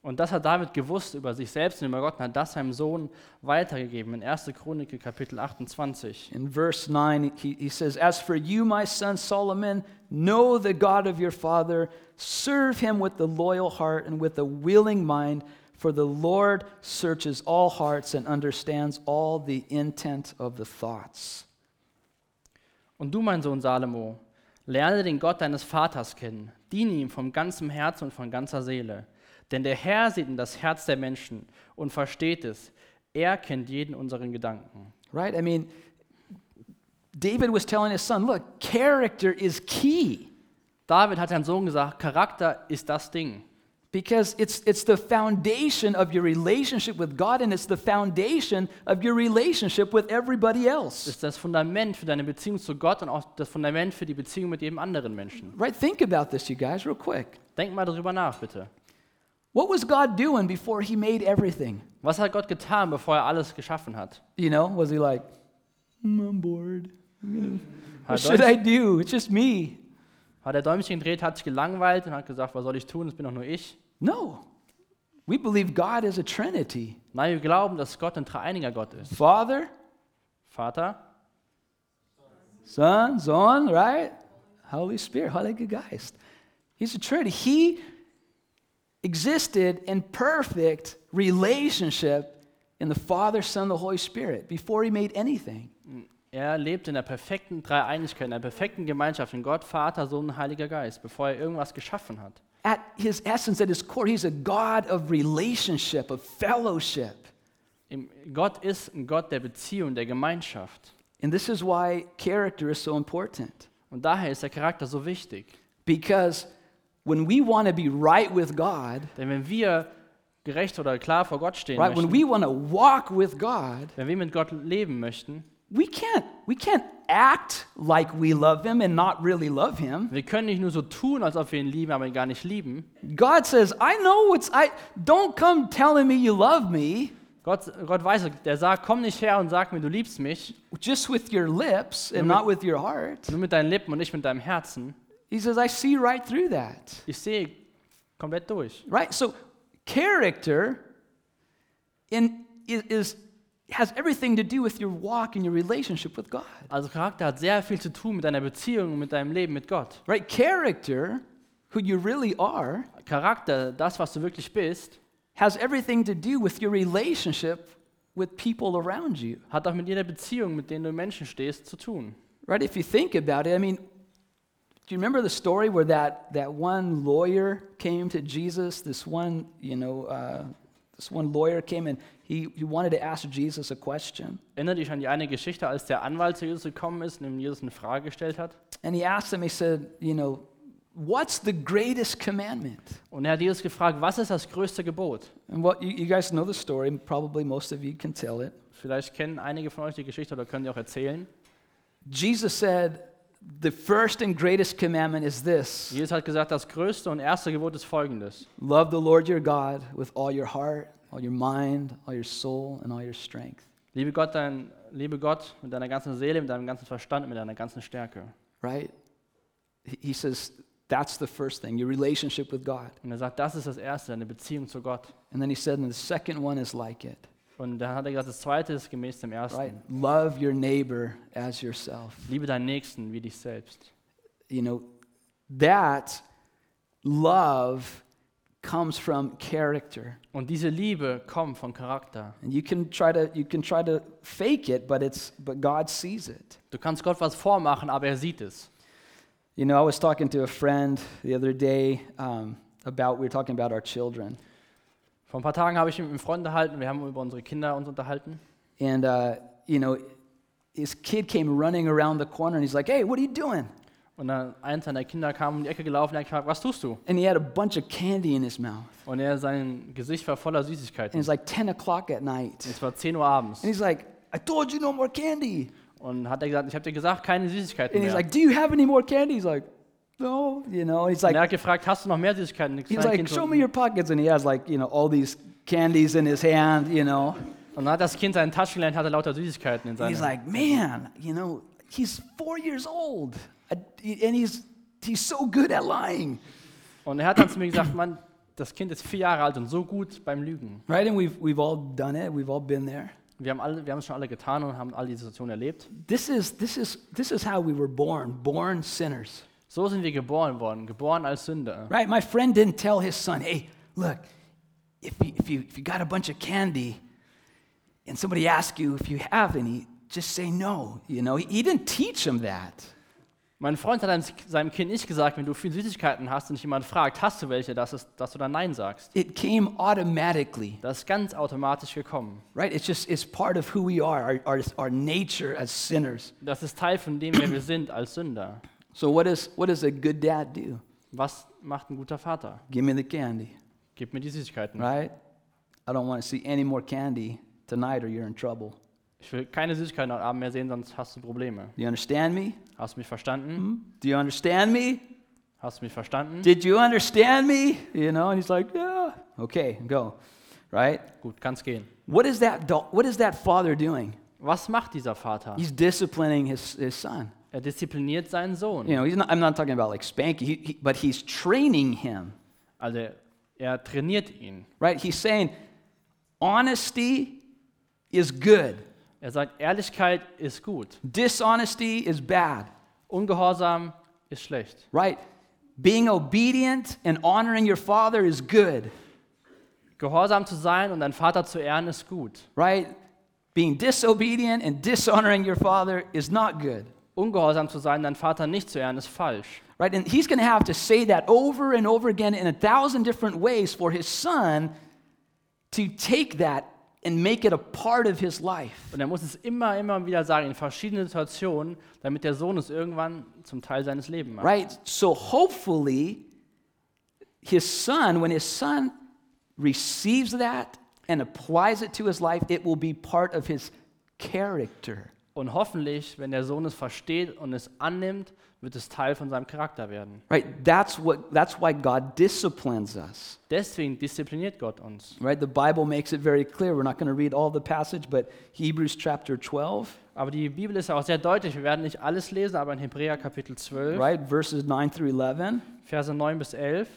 Speaker 3: Und das hat David gewusst über sich selbst und über Gott und hat das seinem Sohn weitergegeben in 1. Chronik Kapitel 28.
Speaker 2: In verse 9, he, he says, As for you, my son Solomon, know the God of your father, serve him with the loyal heart and with a willing mind, for the Lord searches all hearts and understands all the intent of the thoughts.
Speaker 3: Und du, mein Sohn Salomo, lerne den Gott deines Vaters kennen, diene ihm vom ganzen Herzen und von ganzer Seele. Denn der Herr sieht in das Herz der Menschen und versteht es. Er kennt jeden unseren Gedanken.
Speaker 2: Right? I mean, David was telling his son, Look, character is key
Speaker 3: David hat seinem Sohn gesagt, Charakter ist das Ding.
Speaker 2: because it's, it's the foundation of your relationship with God and it's the foundation of your relationship with everybody else.
Speaker 3: Ist das Fundament für deine Beziehung zu Gott und auch das Fundament für die Beziehung mit jedem anderen Menschen.
Speaker 2: Right? Think about this, you guys, real quick.
Speaker 3: Denk mal darüber nach, bitte.
Speaker 2: What was God doing before he made everything?
Speaker 3: Was hat Gott getan, bevor er alles geschaffen hat?
Speaker 2: You know, was he like, "Mm, I'm bored. I'm gonna- What
Speaker 3: Hat,
Speaker 2: should
Speaker 3: Däumchen,
Speaker 2: I do? It's just me.
Speaker 3: hat er Däumchen gedreht, hat sich gelangweilt und hat gesagt, was soll ich tun, das bin doch nur ich.
Speaker 2: No. We believe God is a trinity
Speaker 3: Nein, wir glauben, dass Gott ein dreieiniger Gott ist.
Speaker 2: Father,
Speaker 3: Vater,
Speaker 2: Son, Son, right? Holy Spirit, Holy Geist. He's a trinity. He existed in perfect relationship in the Father, Son, the Holy Spirit before he made anything.
Speaker 3: er lebt in der perfekten Dreieinigkeit, in der perfekten Gemeinschaft in Gott, Vater, Sohn, Heiliger Geist, bevor er irgendwas geschaffen hat.
Speaker 2: At his essence, at his core, he's a God of relationship, of fellowship.
Speaker 3: Im, Gott ist ein Gott der Beziehung, der Gemeinschaft.
Speaker 2: And this is why character is so important.
Speaker 3: Und daher ist der Charakter so wichtig.
Speaker 2: Because when we want to be right with God,
Speaker 3: Denn wenn wir gerecht oder klar vor Gott stehen
Speaker 2: right, when
Speaker 3: möchten,
Speaker 2: we want to walk with God,
Speaker 3: wenn wir mit Gott leben möchten,
Speaker 2: we can't we can't act like we love him and not really love him.
Speaker 3: wir können nicht nur so tun, als ob wir ihn lieben, aber ihn gar nicht lieben.
Speaker 2: God says, "I know what's I don't come telling me you love me
Speaker 3: Gott, Gott weiß, es. der sagt, komm nicht her und sag mir, du liebst mich,
Speaker 2: just with your lips and
Speaker 3: Ja,
Speaker 2: not with your heart."
Speaker 3: nur mit deinen Lippen und nicht mit deinem Herzen.
Speaker 2: He says, "I see right through that."
Speaker 3: Ich sehe komplett durch.
Speaker 2: Right? So character in is, is has everything to do with your walk and your relationship with God.
Speaker 3: Also Charakter hat sehr viel zu tun mit deiner Beziehung, und mit deinem Leben mit Gott.
Speaker 2: Right? Character, who you really are,
Speaker 3: Charakter, das, was du wirklich bist,
Speaker 2: has everything to do with your relationship with people around you.
Speaker 3: hat auch mit jeder Beziehung, mit denen du Menschen stehst, zu tun.
Speaker 2: Right? If you think about it, I mean, do you remember the story where that, that one lawyer came to Jesus? This one, you know, uh, this one lawyer came and he, he wanted to ask Jesus a question.
Speaker 3: Erinnere dich an die eine Geschichte, als der Anwalt zu Jesus gekommen ist und ihm Jesus eine Frage gestellt hat.
Speaker 2: And he asked him, he said, you know, what's the greatest commandment?
Speaker 3: Und er hat Jesus gefragt, was ist das größte Gebot?
Speaker 2: And what you, you guys know the story, probably most of you can tell it.
Speaker 3: Vielleicht kennen einige von euch die Geschichte oder können die auch erzählen.
Speaker 2: Jesus said, The first and greatest commandment is this
Speaker 3: Jesus hat gesagt, das größte und erste Gebot ist folgendes.
Speaker 2: love the Lord your God with all your heart, all your mind, all your soul, and all your strength.
Speaker 3: Liebe Gott, dein, liebe Gott mit deiner ganzen Seele, mit deinem ganzen Verstand, mit deiner ganzen Stärke.
Speaker 2: Right? He- He says, that's the first thing, your relationship with God.
Speaker 3: Und er sagt, das ist das Erste, eine Beziehung zu Gott.
Speaker 2: And then he said, and the second one is like it,
Speaker 3: Und dann hat er gesagt, das Zweite ist gemäß dem Ersten.
Speaker 2: right? Love your neighbor as yourself.
Speaker 3: Liebe deinen Nächsten wie dich selbst.
Speaker 2: You know, that love comes from character.
Speaker 3: Und diese Liebe kommt vom Charakter.
Speaker 2: And you can try to you can try to fake it, but it's but God sees it.
Speaker 3: Du kannst Gott was vormachen, aber er sieht es.
Speaker 2: You know, I was talking to a friend the other day um, about we were talking about our children,
Speaker 3: Vor ein paar Tagen habe ich mich mit einem Freund unterhalten, wir haben über unsere Kinder uns unterhalten.
Speaker 2: and uh, you know, his kid came running around the corner, and he's like, "Hey, what are you doing?"
Speaker 3: Und dann eins seiner Kinder kam um die Ecke gelaufen und hat gefragt, was tust du?
Speaker 2: And he had a bunch of candy in his mouth,
Speaker 3: Und er, sein Gesicht war voller
Speaker 2: and
Speaker 3: Süßigkeiten.
Speaker 2: it's like 10 o'clock at night,
Speaker 3: Und
Speaker 2: and
Speaker 3: es war 10 Uhr abends.
Speaker 2: he's like, "I told you no more candy,"
Speaker 3: Und hat er gesagt, ich habe dir gesagt, keine Süßigkeiten
Speaker 2: and he's
Speaker 3: mehr.
Speaker 2: like, "Do you have any more candy?" He's like, "No," you know, and he's like,
Speaker 3: und er hat gefragt, hast du noch mehr Süßigkeiten? Und das
Speaker 2: He's
Speaker 3: kleine
Speaker 2: like,
Speaker 3: Kind so-
Speaker 2: show me your pockets. And he has like, you know, all these candies in his hand, you know.
Speaker 3: und dann hat das Kind seinen Taschenlein, hatte lauter Süßigkeiten in
Speaker 2: And he's
Speaker 3: seinem.
Speaker 2: like, man, you know, he's four years old. I- And he's, he's so good at lying.
Speaker 3: Und er hat dann zu mir gesagt, Mann, das Kind ist vier Jahre alt und so gut beim Lügen.
Speaker 2: Right? And we've, we've all done it. We've all been there.
Speaker 3: Wir haben, alle, wir haben es schon alle getan und haben alle die Situation erlebt.
Speaker 2: This is, this is, this is how we were born, born sinners.
Speaker 3: So sind wir geboren worden, geboren als Sünder.
Speaker 2: Right? My friend didn't tell his son, hey, look, if you, if you, if you got a bunch of candy and somebody asks you if you have any, just say no. You know, he, he didn't teach him that.
Speaker 3: Mein Freund hat einem, seinem Kind nicht gesagt, wenn du viele Süßigkeiten hast und jemand fragt, hast du welche, dass, es, dass du dann Nein sagst.
Speaker 2: It came automatically,
Speaker 3: Das ist ganz automatisch gekommen.
Speaker 2: right? It's just, it's part of who we are, our, our, our nature as sinners.
Speaker 3: Das ist Teil von dem, wer wir sind als Sünder.
Speaker 2: So, what, is, what does a good dad do?
Speaker 3: Was macht ein guter Vater?
Speaker 2: Give me the candy,
Speaker 3: Gib mir die Süßigkeiten.
Speaker 2: right? I don't want to see any more candy tonight or you're in trouble.
Speaker 3: Ich will keine Süßigkeiten heute Abend mehr sehen, sonst hast du Probleme.
Speaker 2: Do you understand me?
Speaker 3: Hast du mich verstanden?
Speaker 2: Do you understand me?
Speaker 3: Hast du mich verstanden?
Speaker 2: Did you understand me? You know, and he's like, yeah, okay, go, right?
Speaker 3: Gut, kann's gehen.
Speaker 2: What is that, do- what is that father doing?
Speaker 3: Was macht dieser Vater?
Speaker 2: He's disciplining his, his son.
Speaker 3: Er diszipliniert seinen Sohn.
Speaker 2: You know, he's not, I'm not talking about like spanking, he, he, but he's training him.
Speaker 3: Also er- er trainiert ihn.
Speaker 2: right? He's saying honesty is good,
Speaker 3: Er sagt, Ehrlichkeit ist gut.
Speaker 2: dishonesty is bad,
Speaker 3: Ungehorsam ist schlecht.
Speaker 2: right? Being obedient and honoring your father is good,
Speaker 3: Gehorsam zu sein und deinen Vater zu ehren ist gut.
Speaker 2: right? Being disobedient and dishonoring your father is not good,
Speaker 3: Ungehorsam zu sein, deinen Vater nicht zu ehren, ist falsch.
Speaker 2: right? And he's going to have to say that over and over again in a thousand different ways for his son to take that and make it a part of his life.
Speaker 3: Und er muss es immer, immer wieder sagen, in verschiedenen Situationen, damit der Sohn es irgendwann zum Teil seines Lebens macht.
Speaker 2: Right? So hopefully, his son, when his son receives that and applies it to his life, it will be part of his character.
Speaker 3: Und hoffentlich, wenn der Sohn es versteht und es annimmt, wird es Teil von seinem Charakter werden.
Speaker 2: Right? That's what that's why God disciplines us.
Speaker 3: Deswegen diszipliniert Gott uns.
Speaker 2: Right? The Bible makes it very clear. We're not going to read all the passage, but Hebrews chapter 12,
Speaker 3: Aber die Bibel ist ja auch sehr deutlich. Wir werden nicht alles lesen, aber in Hebräer Kapitel 12,
Speaker 2: right? Verses 9 through 11.
Speaker 3: Verse 9 bis 11,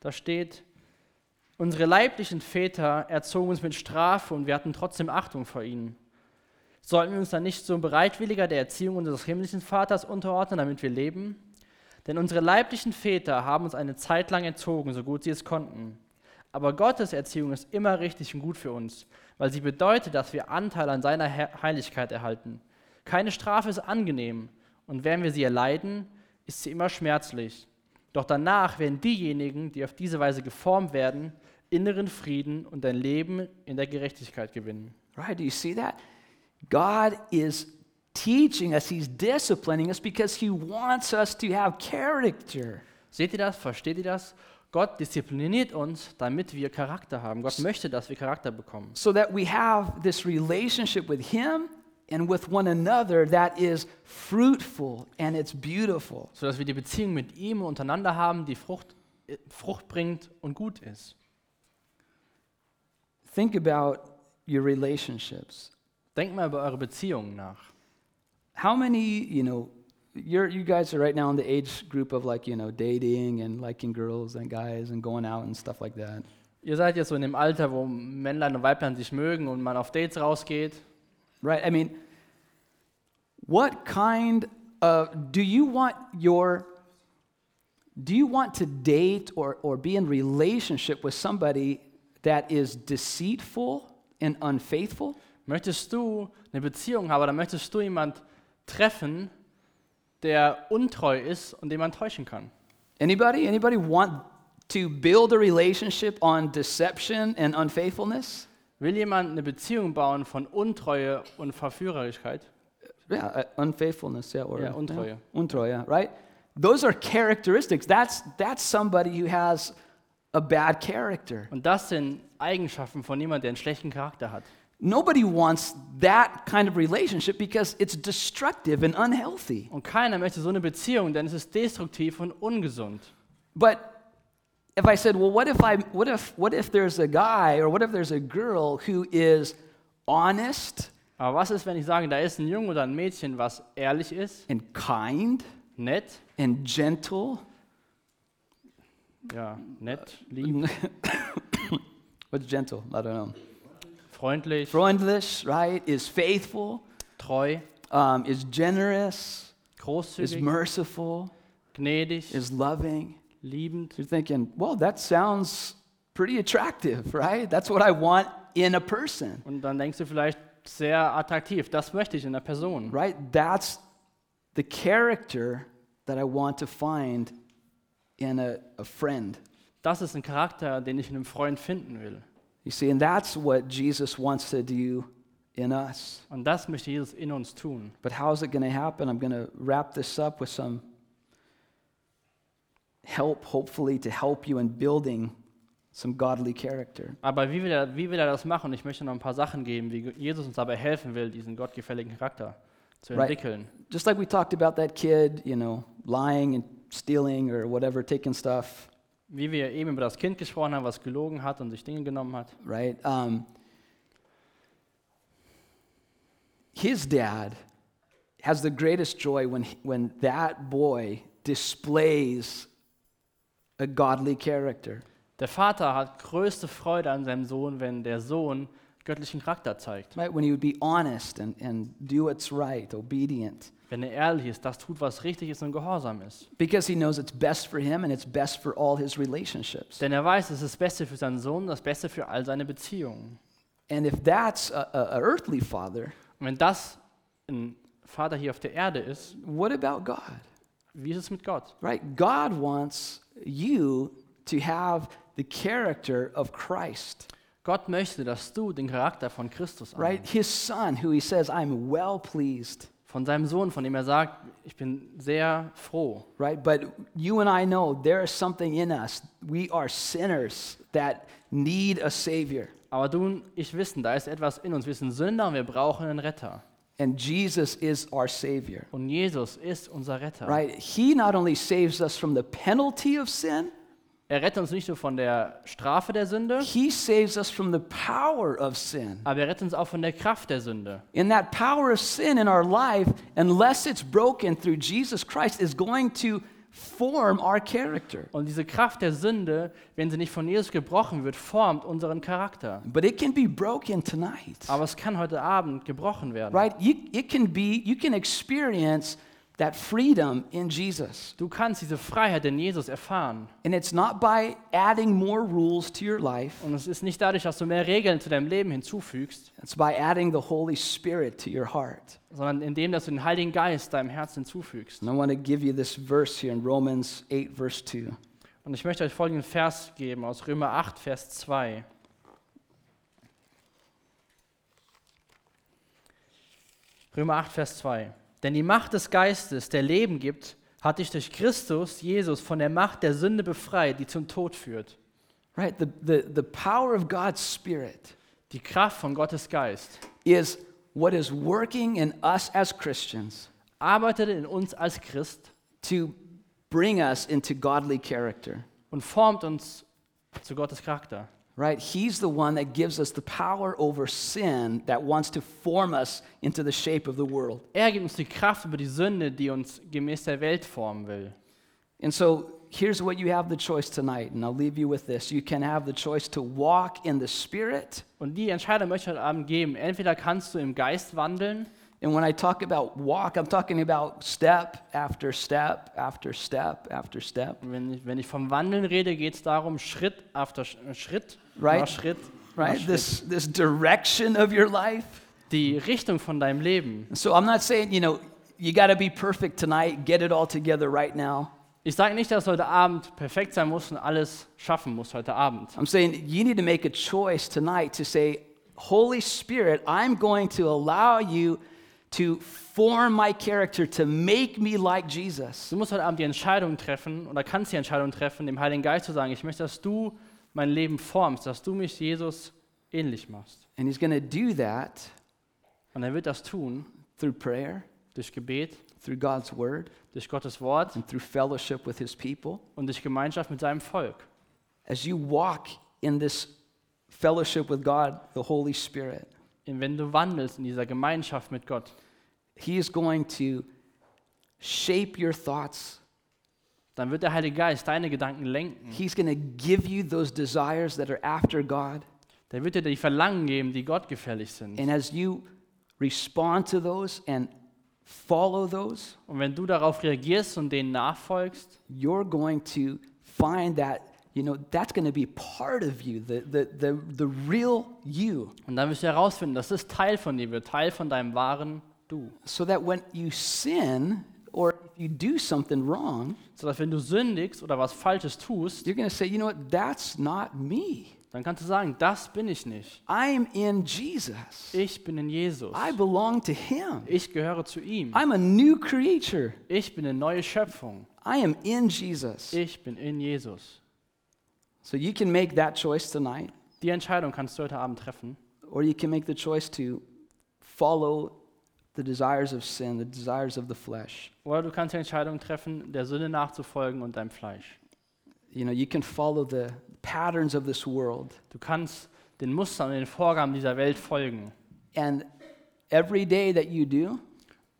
Speaker 3: da steht, unsere leiblichen Väter erzogen uns mit Strafe und wir hatten trotzdem Achtung vor ihnen. Sollten wir uns dann nicht so bereitwilliger der Erziehung unseres himmlischen Vaters unterordnen, damit wir leben? Denn unsere leiblichen Väter haben uns eine Zeit lang erzogen, so gut sie es konnten. Aber Gottes Erziehung ist immer richtig und gut für uns, weil sie bedeutet, dass wir Anteil an seiner He- Heiligkeit erhalten. Keine Strafe ist angenehm, und wenn wir sie erleiden, ist sie immer schmerzlich. Doch danach werden diejenigen, die auf diese Weise geformt werden, inneren Frieden und ein Leben in der Gerechtigkeit gewinnen.
Speaker 2: Right? Do you see that? God is teaching us, He's disciplining us because He wants us to have character.
Speaker 3: Seht ihr das? Versteht ihr das? Gott diszipliniert uns, damit wir Charakter haben. Gott möchte, dass wir Charakter bekommen.
Speaker 2: so that we have this relationship with Him and with one another that is fruitful and it's beautiful.
Speaker 3: sodass wir die Beziehung mit ihm untereinander haben, die Frucht, äh, Frucht bringt und gut ist.
Speaker 2: Think about your relationships.
Speaker 3: Denkt mal über eure Beziehungen nach.
Speaker 2: how many, you know, you're, you guys are right now in the age group of like, you know, dating and liking girls and guys and going out and stuff like that.
Speaker 3: Ihr seid jetzt so in dem Alter, wo Männlein und Weiblein sich mögen und man auf Dates rausgeht.
Speaker 2: Right? I mean, what kind of do you want your do you want to date or, or be in relationship with somebody that is deceitful and unfaithful?
Speaker 3: Möchtest du eine Beziehung haben, dann möchtest du jemand treffen, der untreu ist und den man täuschen kann.
Speaker 2: Anybody? Anybody want to build a relationship on deception and unfaithfulness?
Speaker 3: Will jemand eine Beziehung bauen von Untreue und Verführerigkeit?
Speaker 2: Yeah, uh, unfaithfulness, yeah, or
Speaker 3: Yeah, untreue.
Speaker 2: yeah, untreue, yeah, right? Those are characteristics. That's that's somebody who has a bad character.
Speaker 3: Und das sind Eigenschaften von jemandem, der einen schlechten Charakter hat.
Speaker 2: Nobody wants that kind of relationship because it's destructive and unhealthy.
Speaker 3: Und keiner möchte so eine Beziehung, denn es ist destruktiv und ungesund.
Speaker 2: But if I said, well, what if I what if what if there's a guy or what if there's a girl who is honest
Speaker 3: Aber was ist, wenn ich sage, da ist ein Junge oder ein Mädchen, was ehrlich ist,
Speaker 2: and kind
Speaker 3: nett,
Speaker 2: and gentle?
Speaker 3: ja, nett, lieb,
Speaker 2: What's gentle? I don't know.
Speaker 3: freundlich,
Speaker 2: Freundlich, right? Is faithful,
Speaker 3: treu,
Speaker 2: um, is generous, is
Speaker 3: großzügig,
Speaker 2: merciful,
Speaker 3: gnädig,
Speaker 2: is loving.
Speaker 3: liebend.
Speaker 2: You're thinking, well, that sounds pretty attractive, right? That's what I want in a person,
Speaker 3: Und dann denkst du vielleicht, sehr attraktiv, das möchte ich in der Person.
Speaker 2: right? That's the character that I want to find in a, a friend.
Speaker 3: Das ist ein Charakter, den ich in einem Freund finden will.
Speaker 2: You see, and that's what Jesus wants to do in us.
Speaker 3: Und das möchte Jesus in uns tun.
Speaker 2: But how is it going to happen? I'm going to wrap this up with some help, hopefully, to help you in building some godly character.
Speaker 3: Aber wie will, er, wie will er das machen? Ich möchte noch ein paar Sachen geben, wie Jesus uns dabei helfen will, diesen gottgefälligen Charakter zu
Speaker 2: Right.
Speaker 3: entwickeln.
Speaker 2: Just like we talked about that kid, you know, lying and stealing or whatever, taking stuff,
Speaker 3: Wie wir eben über das Kind gesprochen haben, was gelogen hat und sich Dinge genommen hat.
Speaker 2: right? Um, his dad has the greatest joy when, when that boy displays a godly character.
Speaker 3: Der Vater hat größte Freude an seinem Sohn, wenn der Sohn göttlichen Charakter zeigt.
Speaker 2: Right? When he would be honest and, and do what's right, obedient,
Speaker 3: Wenn er ehrlich ist, das tut, was richtig ist und gehorsam ist.
Speaker 2: because he knows it's best for him and it's best for all his relationships.
Speaker 3: Denn er weiß, es ist das Beste für seinen Sohn, das Beste für all seine Beziehungen.
Speaker 2: And if that's a, a, a earthly father,
Speaker 3: Und wenn das ein Vater hier auf der Erde ist,
Speaker 2: what about God?
Speaker 3: wie ist es mit Gott?
Speaker 2: Right? God wants you to have the character of Christ,
Speaker 3: Gott möchte, dass du den Charakter von Christus annimmst.
Speaker 2: right? His son, who he says, I'm well pleased,
Speaker 3: Von seinem Sohn, von dem er sagt, ich bin sehr froh.
Speaker 2: right? But you and I know there is something in us. We are sinners that need a savior.
Speaker 3: Aber du und ich wissen, da ist etwas in uns. Wir sind Sünder und wir brauchen einen Retter.
Speaker 2: And Jesus is our savior.
Speaker 3: Und Jesus ist unser Retter.
Speaker 2: Right? He not only saves us from the penalty of sin,
Speaker 3: Er rettet uns nicht nur von der Strafe der Sünde,
Speaker 2: he saves us from the power of sin.
Speaker 3: aber er rettet uns auch von der Kraft der Sünde.
Speaker 2: And that power of sin in our life, unless it's broken through Jesus Christ, is going to form our character.
Speaker 3: Und diese Kraft der Sünde, wenn sie nicht von Jesus gebrochen wird, formt unseren Charakter.
Speaker 2: But it can be broken tonight.
Speaker 3: Aber es kann heute Abend gebrochen werden.
Speaker 2: Right? You, it can be, you can experience that freedom in Jesus.
Speaker 3: Du kannst diese Freiheit in Jesus erfahren.
Speaker 2: And it's not by adding more rules to your life,
Speaker 3: Und es ist nicht dadurch, dass du mehr Regeln zu deinem Leben hinzufügst,
Speaker 2: it's by adding the Holy Spirit to your heart.
Speaker 3: sondern indem, dass du den Heiligen Geist deinem Herzen hinzufügst.
Speaker 2: And I want to give you this verse here in Romans 8, verse 2.
Speaker 3: Und ich möchte euch folgenden Vers geben aus Römer 8, Vers 2. Römer 8, Vers 2. Denn die Macht des Geistes, der Leben gibt, hat dich durch Christus, Jesus, von der Macht der Sünde befreit, die zum Tod führt.
Speaker 2: Right? The, the, the power of God's Spirit
Speaker 3: Die Kraft von Gottes Geist
Speaker 2: is what is working in us as Christians
Speaker 3: arbeitet in uns als Christ
Speaker 2: to bring us into godly character.
Speaker 3: und formt uns zu Gottes Charakter.
Speaker 2: right? He's the one that gives us the power over sin that wants to form us into the shape of the world.
Speaker 3: Er gibt uns die Kraft über die Sünde, die uns gemäß der Welt formen will.
Speaker 2: And so here's what you have the choice tonight, and I'll leave you with this. You can have the choice to walk in the Spirit.
Speaker 3: Und die Entscheidung möchte ich heute Abend geben. Entweder kannst du im Geist wandeln.
Speaker 2: And when I talk about walk, I'm talking about step after step after step after step,
Speaker 3: Und Wenn ich, wenn ich vom Wandeln rede, geht es darum, Schritt after Sch- äh, Schritt
Speaker 2: Right.
Speaker 3: nach Schritt nach
Speaker 2: right?
Speaker 3: Schritt.
Speaker 2: This, this direction of your life.
Speaker 3: die Richtung von deinem Leben.
Speaker 2: And so I'm not saying, you know, you got to be perfect tonight, get it all together right now.
Speaker 3: Ich sage nicht, dass du heute Abend perfekt sein musst und alles schaffen musst heute Abend.
Speaker 2: I'm saying you need to make a choice tonight to say, Holy Spirit, I'm going to allow you to form my character, to make me like Jesus.
Speaker 3: Du musst heute Abend die Entscheidung treffen oder kannst die Entscheidung treffen, dem Heiligen Geist zu sagen, ich möchte, dass du mein Leben formst, dass du mich Jesus ähnlich machst.
Speaker 2: And He's going to do that
Speaker 3: Und er wird das tun
Speaker 2: through prayer,
Speaker 3: durch Gebet,
Speaker 2: through God's word,
Speaker 3: durch Gottes Wort
Speaker 2: and through fellowship with His people.
Speaker 3: und durch Gemeinschaft mit seinem Volk.
Speaker 2: As you walk in this fellowship with God, the Holy Spirit,
Speaker 3: Und wenn du wandelst in dieser Gemeinschaft mit Gott,
Speaker 2: He is going to shape your thoughts
Speaker 3: dann wird der Heilige Geist deine Gedanken lenken.
Speaker 2: He's going to give you those desires that are after God.
Speaker 3: Der wird dir die Verlangen geben, die Gott gefällig sind.
Speaker 2: And as you respond to those and follow those,
Speaker 3: Und wenn du darauf reagierst und denen nachfolgst,
Speaker 2: you're going to find that, you know, that's going to be part of you, the, the, the, the real you.
Speaker 3: und dann wirst du herausfinden, dass es Teil von dir wird, Teil von deinem wahren Du.
Speaker 2: So that when you sin or if you do something wrong,
Speaker 3: Sodass wenn du sündigst oder was Falsches tust,
Speaker 2: you're going to say, you know what, that's not me.
Speaker 3: dann kannst du sagen, das bin ich nicht.
Speaker 2: I'm in Jesus.
Speaker 3: Ich bin in Jesus.
Speaker 2: I belong to Him.
Speaker 3: Ich gehöre zu ihm.
Speaker 2: I'm a new creature.
Speaker 3: Ich bin eine neue Schöpfung.
Speaker 2: I am in Jesus.
Speaker 3: Ich bin in Jesus.
Speaker 2: So you can make that choice tonight.
Speaker 3: Die Entscheidung kannst du heute Abend treffen.
Speaker 2: Or you can make the choice to follow the desires of sin, the desires of the flesh.
Speaker 3: Oder du kannst die Entscheidung treffen, der Sünde nachzufolgen und deinem Fleisch.
Speaker 2: You know, you can follow the patterns of this world.
Speaker 3: Du kannst den Mustern und den Vorgaben dieser Welt folgen.
Speaker 2: And every day that you do,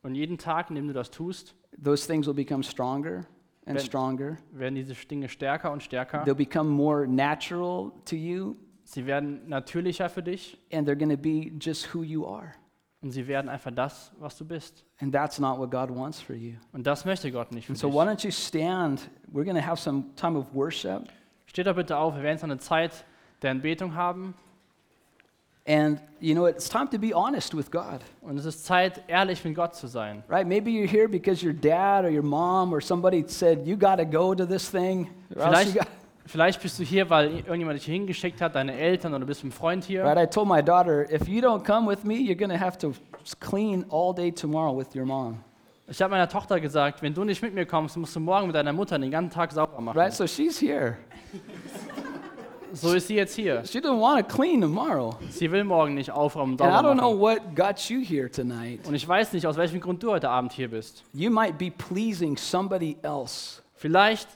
Speaker 3: Und jeden Tag, indem du das tust,
Speaker 2: those things will become stronger and
Speaker 3: Ben-
Speaker 2: stronger.
Speaker 3: werden diese Dinge stärker und stärker.
Speaker 2: They'll become more natural to you,
Speaker 3: Sie werden natürlicher für dich
Speaker 2: and they're going to be just who you are.
Speaker 3: und sie werden einfach das, was du bist.
Speaker 2: And that's not what God wants for you.
Speaker 3: Und das möchte Gott nicht für
Speaker 2: And so, why
Speaker 3: dich.
Speaker 2: don't you stand? We're going to have some time of worship.
Speaker 3: Steht doch bitte auf, wir werden jetzt eine Zeit der Anbetung haben
Speaker 2: And, you know, it's time to be honest with God.
Speaker 3: und es ist Zeit, ehrlich mit Gott zu sein.
Speaker 2: Right? Maybe you're here because your dad or your mom or somebody said, you got to go to this thing. or else you
Speaker 3: Vielleicht,
Speaker 2: got-"
Speaker 3: vielleicht bist du hier, weil irgendjemand dich hier hingeschickt hat, deine Eltern oder du bist mit einem Freund hier.
Speaker 2: Right? I told my daughter, if you don't come with me, you're going to have to clean all day tomorrow with your mom.
Speaker 3: Ich habe meiner Tochter gesagt, wenn du nicht mit mir kommst, musst du morgen mit deiner Mutter den ganzen Tag sauber
Speaker 2: Right?
Speaker 3: machen.
Speaker 2: So she's here.
Speaker 3: So ist sie jetzt hier.
Speaker 2: She didn't want to clean tomorrow.
Speaker 3: Sie will morgen nicht aufräumen und
Speaker 2: And I
Speaker 3: sauber
Speaker 2: don't know
Speaker 3: machen.
Speaker 2: what got you here tonight.
Speaker 3: Und ich weiß nicht, aus welchem Grund du heute Abend hier bist.
Speaker 2: You might be pleasing somebody else.
Speaker 3: Vielleicht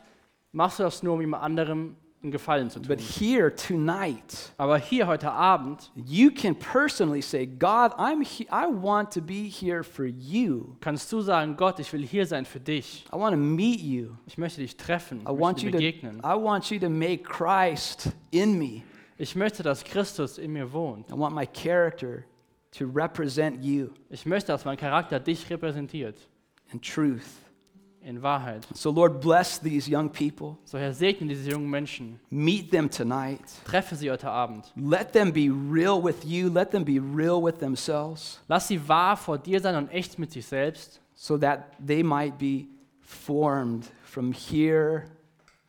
Speaker 3: machst du das nur, um jemand anderem einen Gefallen zu tun.
Speaker 2: But here tonight,
Speaker 3: Aber hier heute Abend
Speaker 2: you can personally say, God, I'm he- I want to be here for you.
Speaker 3: kannst du sagen, Gott, ich will hier sein für dich.
Speaker 2: I want to meet you.
Speaker 3: Ich möchte dich treffen, ich
Speaker 2: I
Speaker 3: möchte
Speaker 2: want
Speaker 3: dir
Speaker 2: you to,
Speaker 3: begegnen.
Speaker 2: I want you to make Christ in me.
Speaker 3: Ich möchte, dass Christus in mir wohnt.
Speaker 2: I want my character to represent you
Speaker 3: Ich möchte, dass mein Charakter dich repräsentiert.
Speaker 2: in truth.
Speaker 3: In Wahrheit.
Speaker 2: So, Lord, bless these young people.
Speaker 3: So Herr, segne diese jungen Menschen.
Speaker 2: Meet them tonight.
Speaker 3: Treffe sie heute Abend.
Speaker 2: Let them be real with you. Let them be real with themselves
Speaker 3: Lass sie wahr vor dir sein und echt mit sich selbst,
Speaker 2: so that they might be formed from here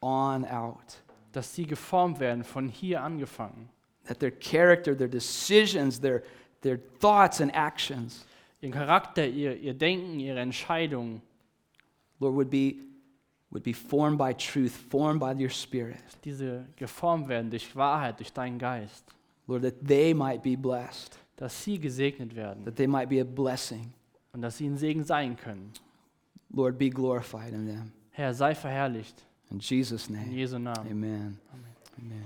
Speaker 2: on out.
Speaker 3: dass sie geformt werden, von hier angefangen.
Speaker 2: That their character, their decisions, their, their thoughts and actions,
Speaker 3: Ihren Charakter, ihr, ihr Denken, ihre Entscheidungen,
Speaker 2: Lord, would be, would be formed by truth, formed by your Spirit.
Speaker 3: diese geformt werden durch Wahrheit, durch deinen Geist,
Speaker 2: Lord, that they might be blessed,
Speaker 3: dass sie gesegnet werden
Speaker 2: that they might be a blessing.
Speaker 3: und dass sie ein Segen sein können.
Speaker 2: Lord, be glorified in them.
Speaker 3: Herr, sei verherrlicht.
Speaker 2: In Jesus'
Speaker 3: In
Speaker 2: name.
Speaker 3: Jesu Namen.
Speaker 2: Amen. Amen.